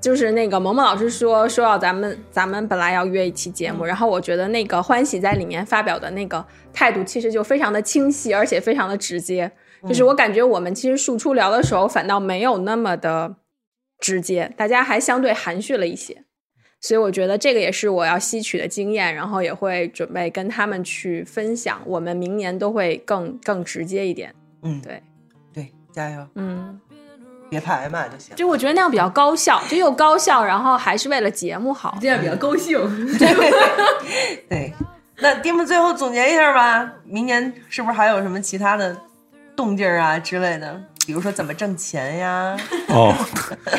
Speaker 8: 就是那个萌萌老师说说要咱们咱们本来要约一期节目，然后我觉得那个欢喜在里面发表的那个态度，其实就非常的清晰，而且非常的直接。就是我感觉我们其实输出聊的时候，反倒没有那么的直接，大家还相对含蓄了一些。所以我觉得这个也是我要吸取的经验，然后也会准备跟他们去分享。我们明年都会更更直接一点。
Speaker 3: 嗯，
Speaker 8: 对
Speaker 3: 对，加油，
Speaker 8: 嗯，
Speaker 3: 别怕挨骂就行。
Speaker 8: 就我觉得那样比较高效，就又高效，然后还是为了节目好，
Speaker 3: 这样比较高
Speaker 8: 兴。
Speaker 16: [LAUGHS]
Speaker 3: 对，那丁们最后总结一下吧，明年是不是还有什么其他的动静儿啊之类的？比如说怎么挣钱呀？
Speaker 1: 哦，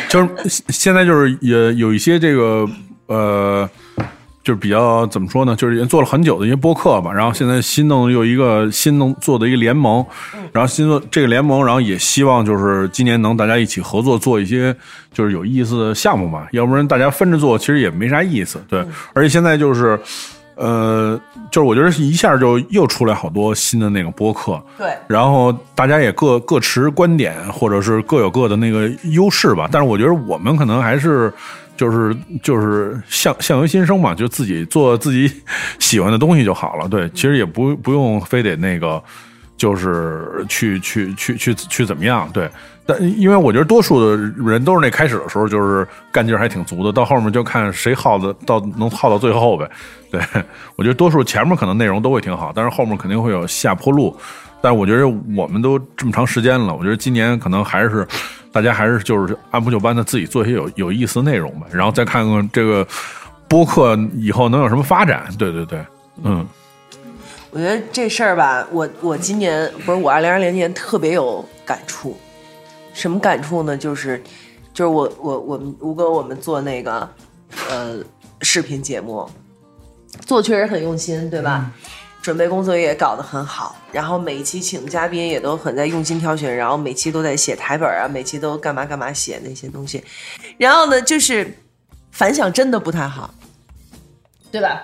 Speaker 1: 就是现现在就是也有一些这个呃，就是比较怎么说呢，就是做了很久的一些播客吧，然后现在新弄又一个新弄做的一个联盟，然后新做这个联盟，然后也希望就是今年能大家一起合作做一些就是有意思的项目嘛，要不然大家分着做其实也没啥意思，对，而且现在就是。呃，就是我觉得一下就又出来好多新的那个播客，
Speaker 3: 对，
Speaker 1: 然后大家也各各持观点，或者是各有各的那个优势吧。但是我觉得我们可能还是就是就是相相由心生嘛，就自己做自己喜欢的东西就好了。对，其实也不不用非得那个就是去去去去去怎么样。对，但因为我觉得多数的人都是那开始的时候就是干劲儿还挺足的，到后面就看谁耗的到能耗到最后呗。对，我觉得多数前面可能内容都会挺好，但是后面肯定会有下坡路。但是我觉得我们都这么长时间了，我觉得今年可能还是大家还是就是按部就班的自己做一些有有意思的内容吧，然后再看看这个播客以后能有什么发展。对对对，嗯，
Speaker 3: 我觉得这事儿吧，我我今年不是我二零二零年特别有感触，什么感触呢？就是就是我我我们吴哥我们做那个呃视频节目，做确实很用心，对吧？准备工作也搞得很好，然后每一期请嘉宾也都很在用心挑选，然后每期都在写台本啊，每期都干嘛干嘛写那些东西，然后呢，就是反响真的不太好，对吧？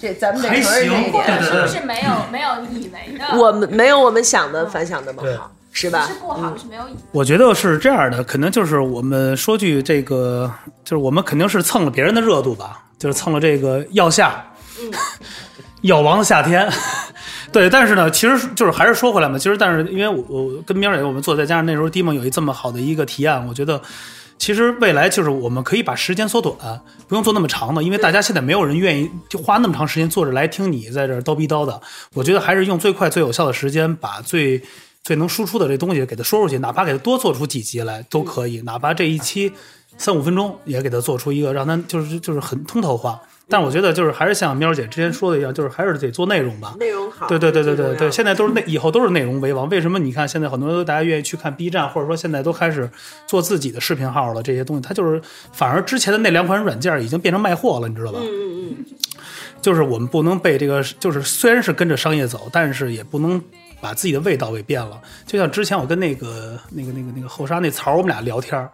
Speaker 3: 这咱们得承认这一
Speaker 16: 或者
Speaker 3: 点，
Speaker 16: 是不是没有没有以为的？
Speaker 3: 我们没有我们想的反响那么
Speaker 7: 对
Speaker 3: 好，是吧？嗯
Speaker 16: 是嗯不好，是没有以为。
Speaker 7: 我觉得是这样的，肯定就是我们说句这个，就是我们肯定是蹭了别人的热度吧，就是蹭了这个药夏，药王的夏天。 [LAUGHS] 对，但是呢，其实就是还是说回来嘛，其实但是因为我我跟喵姐我们做，再加上那时候 d i m 有一这么好的一个提案，我觉得其实未来就是我们可以把时间缩短，不用做那么长的，因为大家现在没有人愿意就花那么长时间坐着来听你在这儿叨逼叨的。我觉得还是用最快最有效的时间把最。最能输出的这东西给它说出去，哪怕给它多做出几集来
Speaker 3: 嗯
Speaker 7: 都可以，哪怕这一期三五分钟也给它做出一个让它就是就是很通透化。但我觉得就是还是像喵姐之前说的一样，就是还是得做内容吧。
Speaker 3: 内容好
Speaker 7: 对对对对对对，现在都是内以后都是内容为王。为什么你看现在很多大家愿意去看 B 站，或者说现在都开始做自己的视频号了？这些东西它就是反而之前的那两款软件已经变成卖货了，你知道吧？
Speaker 3: 嗯嗯
Speaker 7: 就是我们不能被这个，就是虽然是跟着商业走，但是也不能把自己的味道给变了。就像之前我跟那个那个那个那个后沙那曹儿，我们俩聊天儿，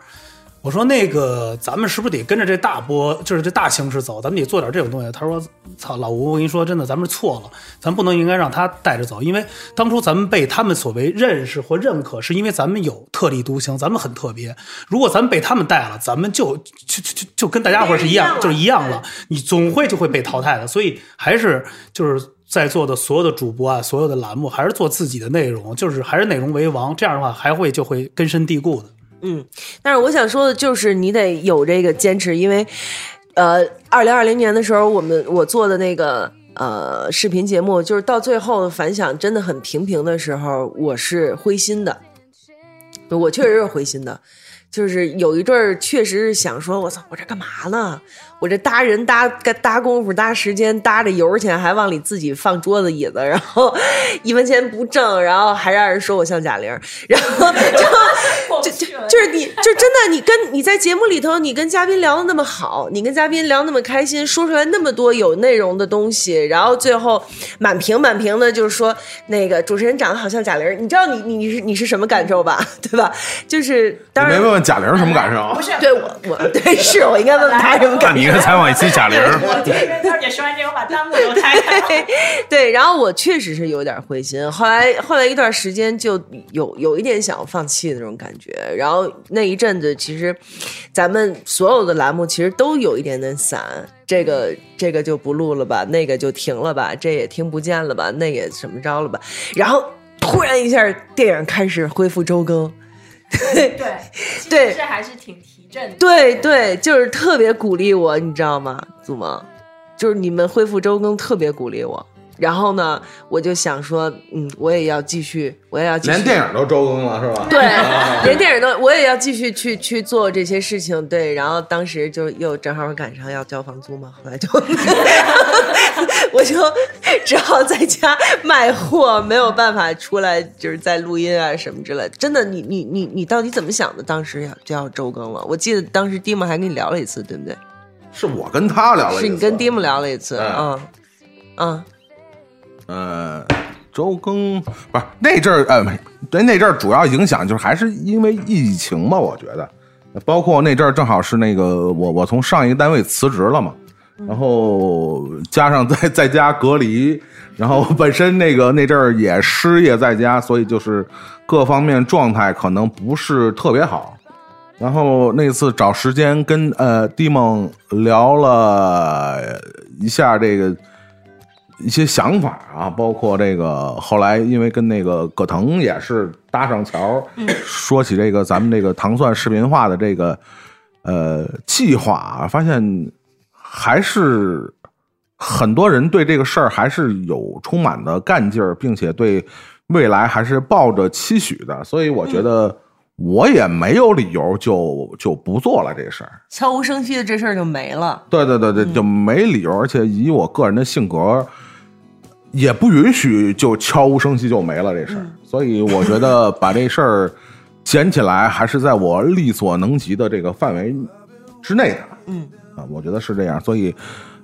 Speaker 7: 我说那个咱们是不是得跟着这大波，就是这大形势走，咱们得做点这种东西。他说：“操，老吴，我跟你说，真的，咱们是错了，咱不能应该让他带着走，因为当初咱们被他们所谓认识或认可，是因为咱们有特立独行，咱们很特别。如果咱们被他们带了，咱们就就就就就跟大家伙儿是一样，就是一样了，你总会就会被淘汰的。所以还是就是。”在座的所有的主播啊，所有的栏目还是做自己的内容，就是还是内容为王，这样的话还会就会根深蒂固的。
Speaker 3: 嗯，但是我想说的就是，你得有这个坚持，因为，呃，二零二零年的时候，我们我做的那个呃视频节目，就是到最后反响真的很平平的时候，我是灰心的，我确实是灰心的。就是有一阵儿，确实是想说，我操，我这干嘛呢？我这搭人搭搭功夫搭时间搭着油钱，还往里自己放桌子椅子，然后 [LAUGHS] 一分钱不挣，然后还让人说我像贾玲，然后就就就就是你就真的你跟你在节目里头，你跟嘉宾聊的那么好，你跟嘉宾聊那么开心，说出来那么多有内容的东西，然后最后满屏满屏的，就是说那个主持人长得好像贾玲，你知道你你你是你是什么感受吧？ [LAUGHS] 对吧？就是当然
Speaker 5: 没问问贾玲什么感
Speaker 3: [LAUGHS]
Speaker 5: 受？啊
Speaker 3: 对我我对是我应该问问他什么感
Speaker 5: 那
Speaker 3: 觉。
Speaker 5: 你应
Speaker 3: [LAUGHS]
Speaker 5: 该采访一期贾玲
Speaker 16: [LAUGHS] 我这边二姐说完这个，我把弹幕都开开了。
Speaker 3: [LAUGHS] 对，然后我确实是有点灰心，后来后来一段时间就有有一点想放弃的那种感觉，然后那一阵子其实咱们所有的栏目其实都有一点点散，这个这个就不录了吧，那个就停了吧，这也听不见了吧，那也怎么着了吧，然后突然一下电影开始恢复周更，
Speaker 16: 对，其实这还是挺提振的。
Speaker 3: 对对，就是特别鼓励我，你知道吗，祖萌？就是你们恢复周更特别鼓励我。然后呢，我就想说，嗯，我也要继续，我也要继续
Speaker 20: 连电影都周更了是吧？
Speaker 3: [LAUGHS] 对
Speaker 20: 啊，
Speaker 3: 连电影都我也要继续去去做这些事情。对，然后当时就又正好赶上要交房租嘛，后来就 [LAUGHS] 我就只好在家卖货，没有办法出来，就是在录音啊什么之类的。真的，你你你你到底怎么想的？当时要就要周更了，我记得当时 d i m 还跟你聊了一次，对不对？
Speaker 5: 是我跟他聊了一次
Speaker 3: 是你跟 d i m 聊了一次，嗯嗯，
Speaker 5: 呃，周更不是那阵儿，呃，没对，那阵儿主要影响就是还是因为疫情吧，我觉得，包括那阵儿正好是那个我我从上一个单位辞职了嘛，然后加上在 [LAUGHS] 在家隔离，然后本身那个那阵儿也失业在家，所以就是各方面状态可能不是特别好。然后那次找时间跟呃蒂梦聊了一下这个一些想法啊，包括这个后来因为跟那个葛腾也是搭上桥，说起这个咱们这个糖蒜视频化的这个呃计划啊，发现还是很多人对这个事儿还是有充满的干劲儿，并且对未来还是抱着期许的，所以我觉得我也没有理由就就不做了这事儿。
Speaker 3: 悄无声息的这事儿就没了。
Speaker 5: 对对对对，就没理由，而且以我个人的性格，也不允许就悄无声息就没了这事儿。所以我觉得把这事儿捡起来，还是在我力所能及的这个范围之内的。
Speaker 3: 嗯
Speaker 5: 啊，我觉得是这样。所以，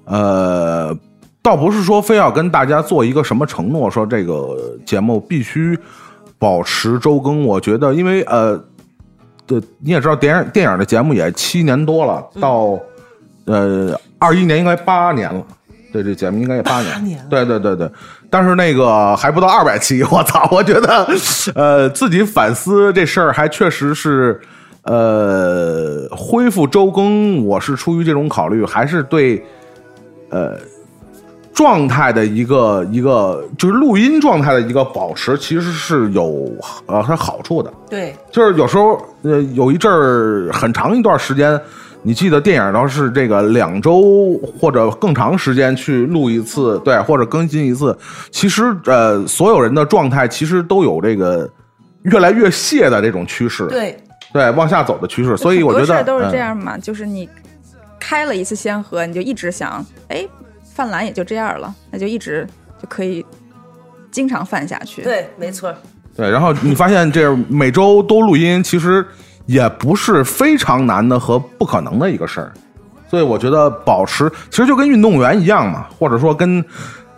Speaker 5: 呃，倒不是说非要跟大家做一个什么承诺，说这个节目必须保持周更。我觉得，因为呃，对，你也知道，电影电影的节目也七年多了，到、呃二一年应该八年了。对，这节目应该也八年，对对对对，但是那个还不到二百期， [LAUGHS] 我操！我觉得，呃，自己反思这事儿还确实是，呃，恢复周更，我是出于这种考虑，还是对，呃，状态的一个一个就是录音状态的一个保持，其实是有呃它好处的。
Speaker 3: 对，
Speaker 5: 就是有时候，呃，有一阵儿很长一段时间，你记得电影都是这个两周或者更长时间去录一次，对，或者更新一次。其实，呃，所有人的状态其实都有这个越来越懈的这种趋势，
Speaker 3: 对
Speaker 5: 对，往下走的趋势。所以我觉
Speaker 12: 很多事
Speaker 5: 得
Speaker 12: 儿都是这
Speaker 5: 嗯
Speaker 12: 样嘛，就是你开了一次先河，你就一直想，哎，犯懒也就这样了，那就一直就可以经常犯下去。
Speaker 3: 对，没错。
Speaker 5: 对，然后你发现这每周都录音，其实也不是非常难的和不可能的一个事儿，所以我觉得呃保持其实就跟运动员一样嘛，或者说跟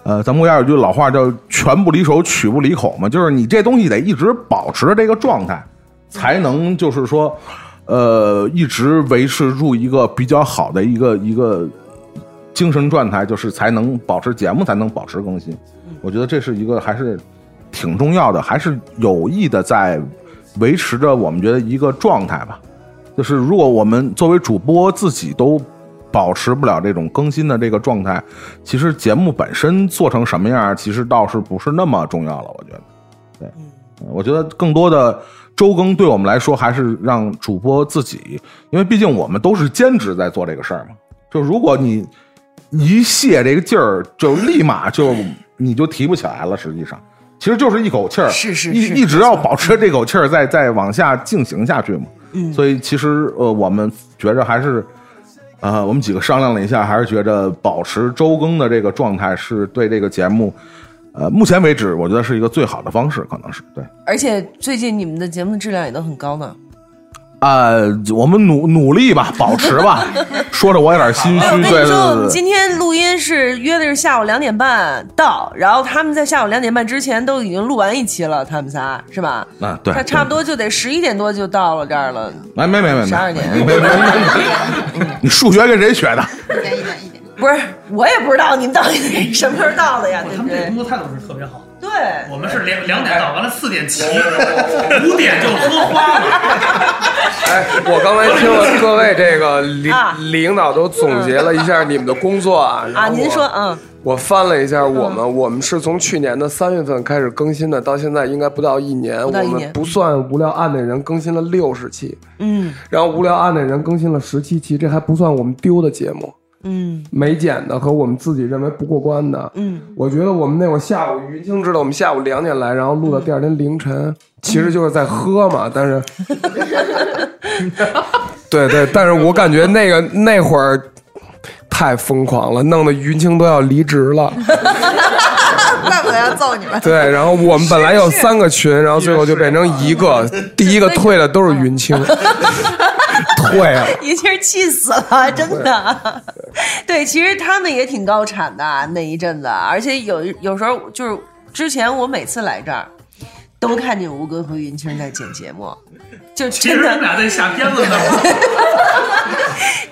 Speaker 5: 呃咱们国家有句老话叫“拳不离手，曲不离口”嘛，就是你这东西得一直保持着这个状态，才能就是说呃一直维持住一个比较好的一个一个精神状态，就是才能保持节目才能保持更新。我觉得这是一个还是挺重要的，还是有意的在维持着我们觉得一个状态吧。就是如果我们作为主播自己都保持不了这种更新的这个状态，其实节目本身做成什么样，其实倒是不是那么重要了。我觉得，对，嗯我觉得更多的周更对我们来说，还是让主播自己，因为毕竟我们都是兼职在做这个事儿嘛。就如果你一泄这个劲儿，就立马就你就提不起来了。实际上，其实就是一口气儿，
Speaker 3: 是是是
Speaker 5: 一一直要保持这口气儿，再再往下进行下去嘛。
Speaker 3: 嗯
Speaker 5: 所以其实呃，我们觉着还是，呃，我们几个商量了一下，还是觉着保持周更的这个状态是对这个节目，呃，目前为止我觉得是一个最好的方式，可能是对。
Speaker 3: 而且最近你们的节目质量也都很高呢。
Speaker 5: 呃，我们努努力吧，保持吧。说着我有点心
Speaker 3: 哎，
Speaker 5: 虚，
Speaker 3: 我跟
Speaker 5: 嗯对对
Speaker 3: 你说，我
Speaker 5: 对
Speaker 3: 们
Speaker 5: 对
Speaker 3: 今天录音是约的是下午两点半到，然后他们在下午两点半之前都已经录完一期了，他们仨是吧？
Speaker 5: 对，啊，对，
Speaker 3: 他差不多就得十一点多就到了这儿了。
Speaker 5: 哎，没没没没，
Speaker 3: 12年
Speaker 5: 没没没没没你数学跟谁学的？
Speaker 3: 不是，我也不知道你们到底什么时候到的呀，对
Speaker 4: 他
Speaker 3: 不
Speaker 4: 们这
Speaker 3: 对
Speaker 4: 工？作态度是特别好。
Speaker 3: 对，
Speaker 4: 我们是两两点到，完了四点起，五点就喝花了。
Speaker 10: 哎我刚才听了各位这个领领导都总结了一下你们的工作啊，然
Speaker 3: 啊，
Speaker 10: 后
Speaker 3: 您
Speaker 10: 我
Speaker 3: 说，嗯，
Speaker 10: 我翻了一下，我们、我们是从去年的三月份开始更新的，到现在应该不到一年。
Speaker 3: 不到一年
Speaker 10: 我们不算无聊案内人更新了六十期，
Speaker 3: 嗯
Speaker 10: 然后无聊案内人更新了十七期，这还不算我们丢的节目，
Speaker 3: 嗯
Speaker 10: 没剪的和我们自己认为不过关的。
Speaker 3: 嗯，
Speaker 10: 我觉得我们那会儿下午，云清知道我们下午两点来，然后录到第二天凌晨，
Speaker 3: 嗯
Speaker 10: 其实就是在喝嘛。但
Speaker 3: [LAUGHS]
Speaker 10: 是，对对，但是我感觉那个那会儿太疯狂了，弄得云清都要离职
Speaker 3: [LAUGHS]
Speaker 10: 了。
Speaker 12: [LAUGHS] 怪不得要揍你们。
Speaker 10: 对，然后我们本来有三个群，然后最后就变
Speaker 3: 啊
Speaker 10: 成
Speaker 3: [LAUGHS]
Speaker 10: 一个，第一个退的都是云清， [LAUGHS] 退了。
Speaker 3: [LAUGHS] 一下气死了，真的。 [LAUGHS] 对，其实他们也挺高产的啊那一阵子，而且有有时候就是之前我每次来这儿，都看见吴哥和云清在剪节目，就
Speaker 4: 其实
Speaker 3: 真
Speaker 4: 你们
Speaker 3: 的。
Speaker 4: 俩在下片子呢。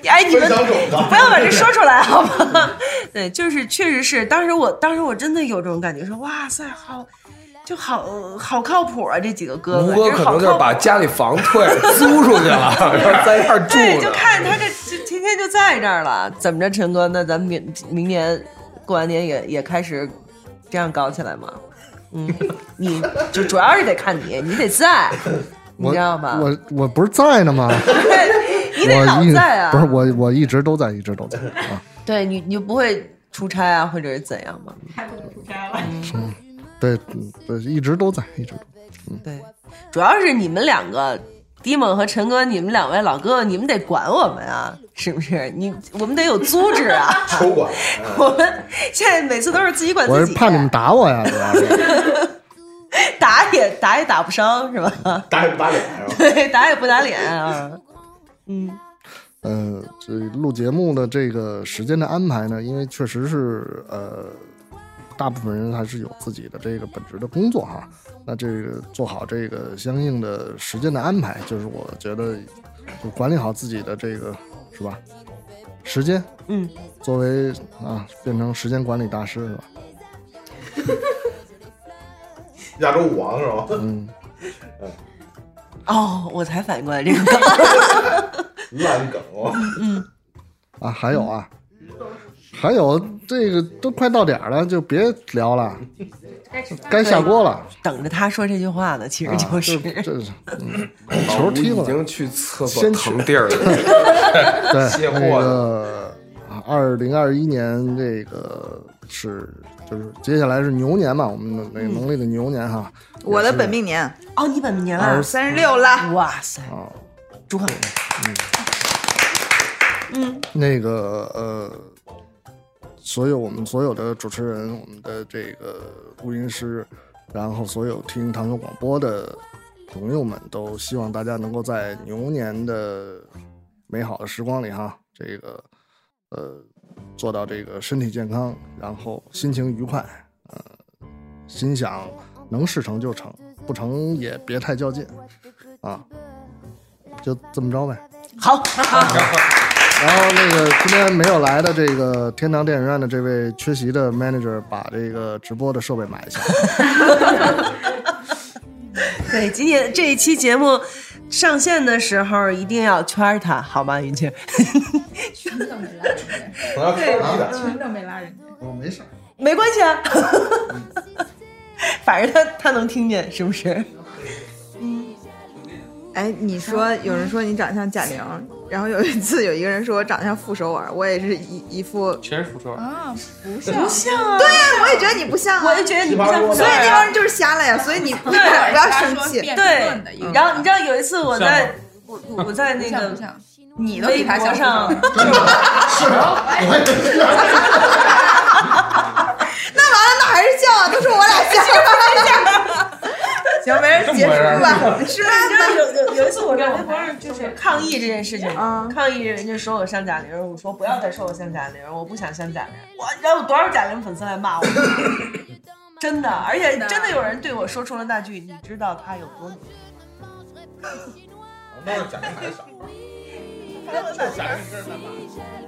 Speaker 3: 哎，你们
Speaker 4: 分享种子
Speaker 3: 不要把这说
Speaker 4: [LAUGHS]
Speaker 3: 出来好吗？ [LAUGHS] 对，就是确实是，当时我当时我真的有这种感觉，说哇塞，好。就好好靠谱啊！这几个哥
Speaker 10: 吴
Speaker 3: 哥，
Speaker 10: 哥
Speaker 3: 真
Speaker 10: 可
Speaker 3: 好
Speaker 10: 能就是
Speaker 3: 靠谱
Speaker 10: 把家里房退了 [LAUGHS] 租出
Speaker 3: [LAUGHS]
Speaker 10: 去了，然后在一块儿住
Speaker 3: 对，就
Speaker 10: 着。
Speaker 3: 看他这这天天就在这儿了。怎么着，陈哥？那咱们明明年过完年也也开始这样搞起来吗？嗯，你就主要是得看你，你得在，你知道吧？
Speaker 9: 我我不是在呢吗？
Speaker 3: 你得老
Speaker 9: 我一
Speaker 3: 在啊！
Speaker 9: 不是我我一直都在，一直都在啊。
Speaker 3: 对你，你就不会出差啊，或者是怎样吗？
Speaker 6: 太不能出差了。
Speaker 9: 嗯，对嗯对，一直都在，一直都在。嗯
Speaker 3: 对，主要是你们两个。迪蒙和陈哥，你们两位老哥哥，你们得管我们啊，是不是？你我们得有组织啊！
Speaker 9: [LAUGHS]
Speaker 20: 抽管，
Speaker 3: 我们现在每次都是自己管
Speaker 9: 我是
Speaker 3: 自己，啊
Speaker 9: 怕你们打我呀，主要是
Speaker 3: [LAUGHS] 打也打也打不伤是吧？ [LAUGHS]
Speaker 20: 打也不打脸是吧？
Speaker 3: 对，打也不打脸啊。嗯，
Speaker 9: 嗯，这录节目的这个时间的安排呢，因为确实是呃，大部分人还是有自己的这个本职的工作哈。那这个做好这个相应的时间的安排，就是我觉得就管理好自己的这个是吧？时间，
Speaker 3: 嗯，
Speaker 9: 作为啊，变成时间管理大师是吧？
Speaker 20: 亚洲舞王是吧？
Speaker 9: 嗯，
Speaker 3: 哦，我才反应过来这个梗。
Speaker 20: 烂梗。
Speaker 3: 嗯，
Speaker 9: 啊，还有啊，还有这个都快到点儿了，就别聊了，该下锅了。
Speaker 3: 等着嗯他说这句话呢，其实就是、
Speaker 9: 啊、这是
Speaker 10: 球踢
Speaker 9: 过
Speaker 10: 哦已
Speaker 9: 来
Speaker 10: 经去厕所
Speaker 9: 先去
Speaker 10: 腾
Speaker 3: [LAUGHS]
Speaker 10: 地儿了。
Speaker 9: [LAUGHS] 对，
Speaker 10: 卸货
Speaker 9: 那
Speaker 10: 了
Speaker 9: 个啊二零二一年这个是就是接下来是牛年嘛，我们的那个
Speaker 12: 嗯
Speaker 9: 农历的牛年哈。
Speaker 12: 我的本命年
Speaker 3: 哦，你本命年
Speaker 9: 了
Speaker 12: 三十六了，
Speaker 3: 哇塞，
Speaker 9: 啊
Speaker 3: 祝贺！
Speaker 12: 嗯，
Speaker 9: 那个呃，所有我们所有的主持人，我们的这个录音师，然后所有听唐球广播的朋友们，都希望大家能够在牛年的美好的时光里哈，这个呃做到这个身体健康，然后心情愉快，呃，心想能事成就成，不成也别太较劲啊，就这么着呗。
Speaker 3: 好，
Speaker 9: 然后那个今天没有来的这个天堂电影院的这位缺席的 manager，把这个直播的设备买一下。
Speaker 3: 对，今天这一期节目上线的时候一定要圈儿他，好吗，云姐？
Speaker 6: 全都没拉人家，
Speaker 20: 我要
Speaker 3: 说你的
Speaker 6: 全都没拉人
Speaker 12: [LAUGHS]
Speaker 6: 家，
Speaker 20: 我没事。
Speaker 3: 没关系啊， [LAUGHS] 反正他他能听见，是不是？
Speaker 12: 哎，你说有人说你长相贾玲，然后有一次有一个人说我长相傅首尔，我也是一一副
Speaker 13: 谁是福州？
Speaker 12: 啊，不
Speaker 13: 像
Speaker 12: 不像啊！对呀，我也觉得你不像啊，我也觉得
Speaker 3: 你不像傅首
Speaker 12: 所
Speaker 3: 尔啊
Speaker 12: 以这帮人就是瞎了呀，所
Speaker 3: [LAUGHS]
Speaker 12: 以你不
Speaker 3: 对，
Speaker 12: 要生气，
Speaker 3: 对，嗯然后你知道有一次我
Speaker 12: 像
Speaker 3: 在
Speaker 12: 吗
Speaker 3: 我我我在那个
Speaker 12: 你
Speaker 3: 微博
Speaker 20: [LAUGHS]
Speaker 3: 上，
Speaker 20: 是 [LAUGHS] 啊，
Speaker 12: 那完 [LAUGHS] 了，那还是笑啊，都说我俩像。行，没人结束
Speaker 3: [LAUGHS]
Speaker 12: 吧？是吧？
Speaker 3: 你知道有有有一次我在微博上就是抗议这件事情，
Speaker 12: 嗯
Speaker 3: 抗议人家说我像贾玲，我说不要再说我像贾玲，我不想像贾玲。哇，你知道有多少贾玲粉丝来骂我？
Speaker 12: [LAUGHS]
Speaker 3: 真的，而且真的有人对我说出了那句“你知道她有多努力
Speaker 20: 那是贾玲还是小孩儿？”。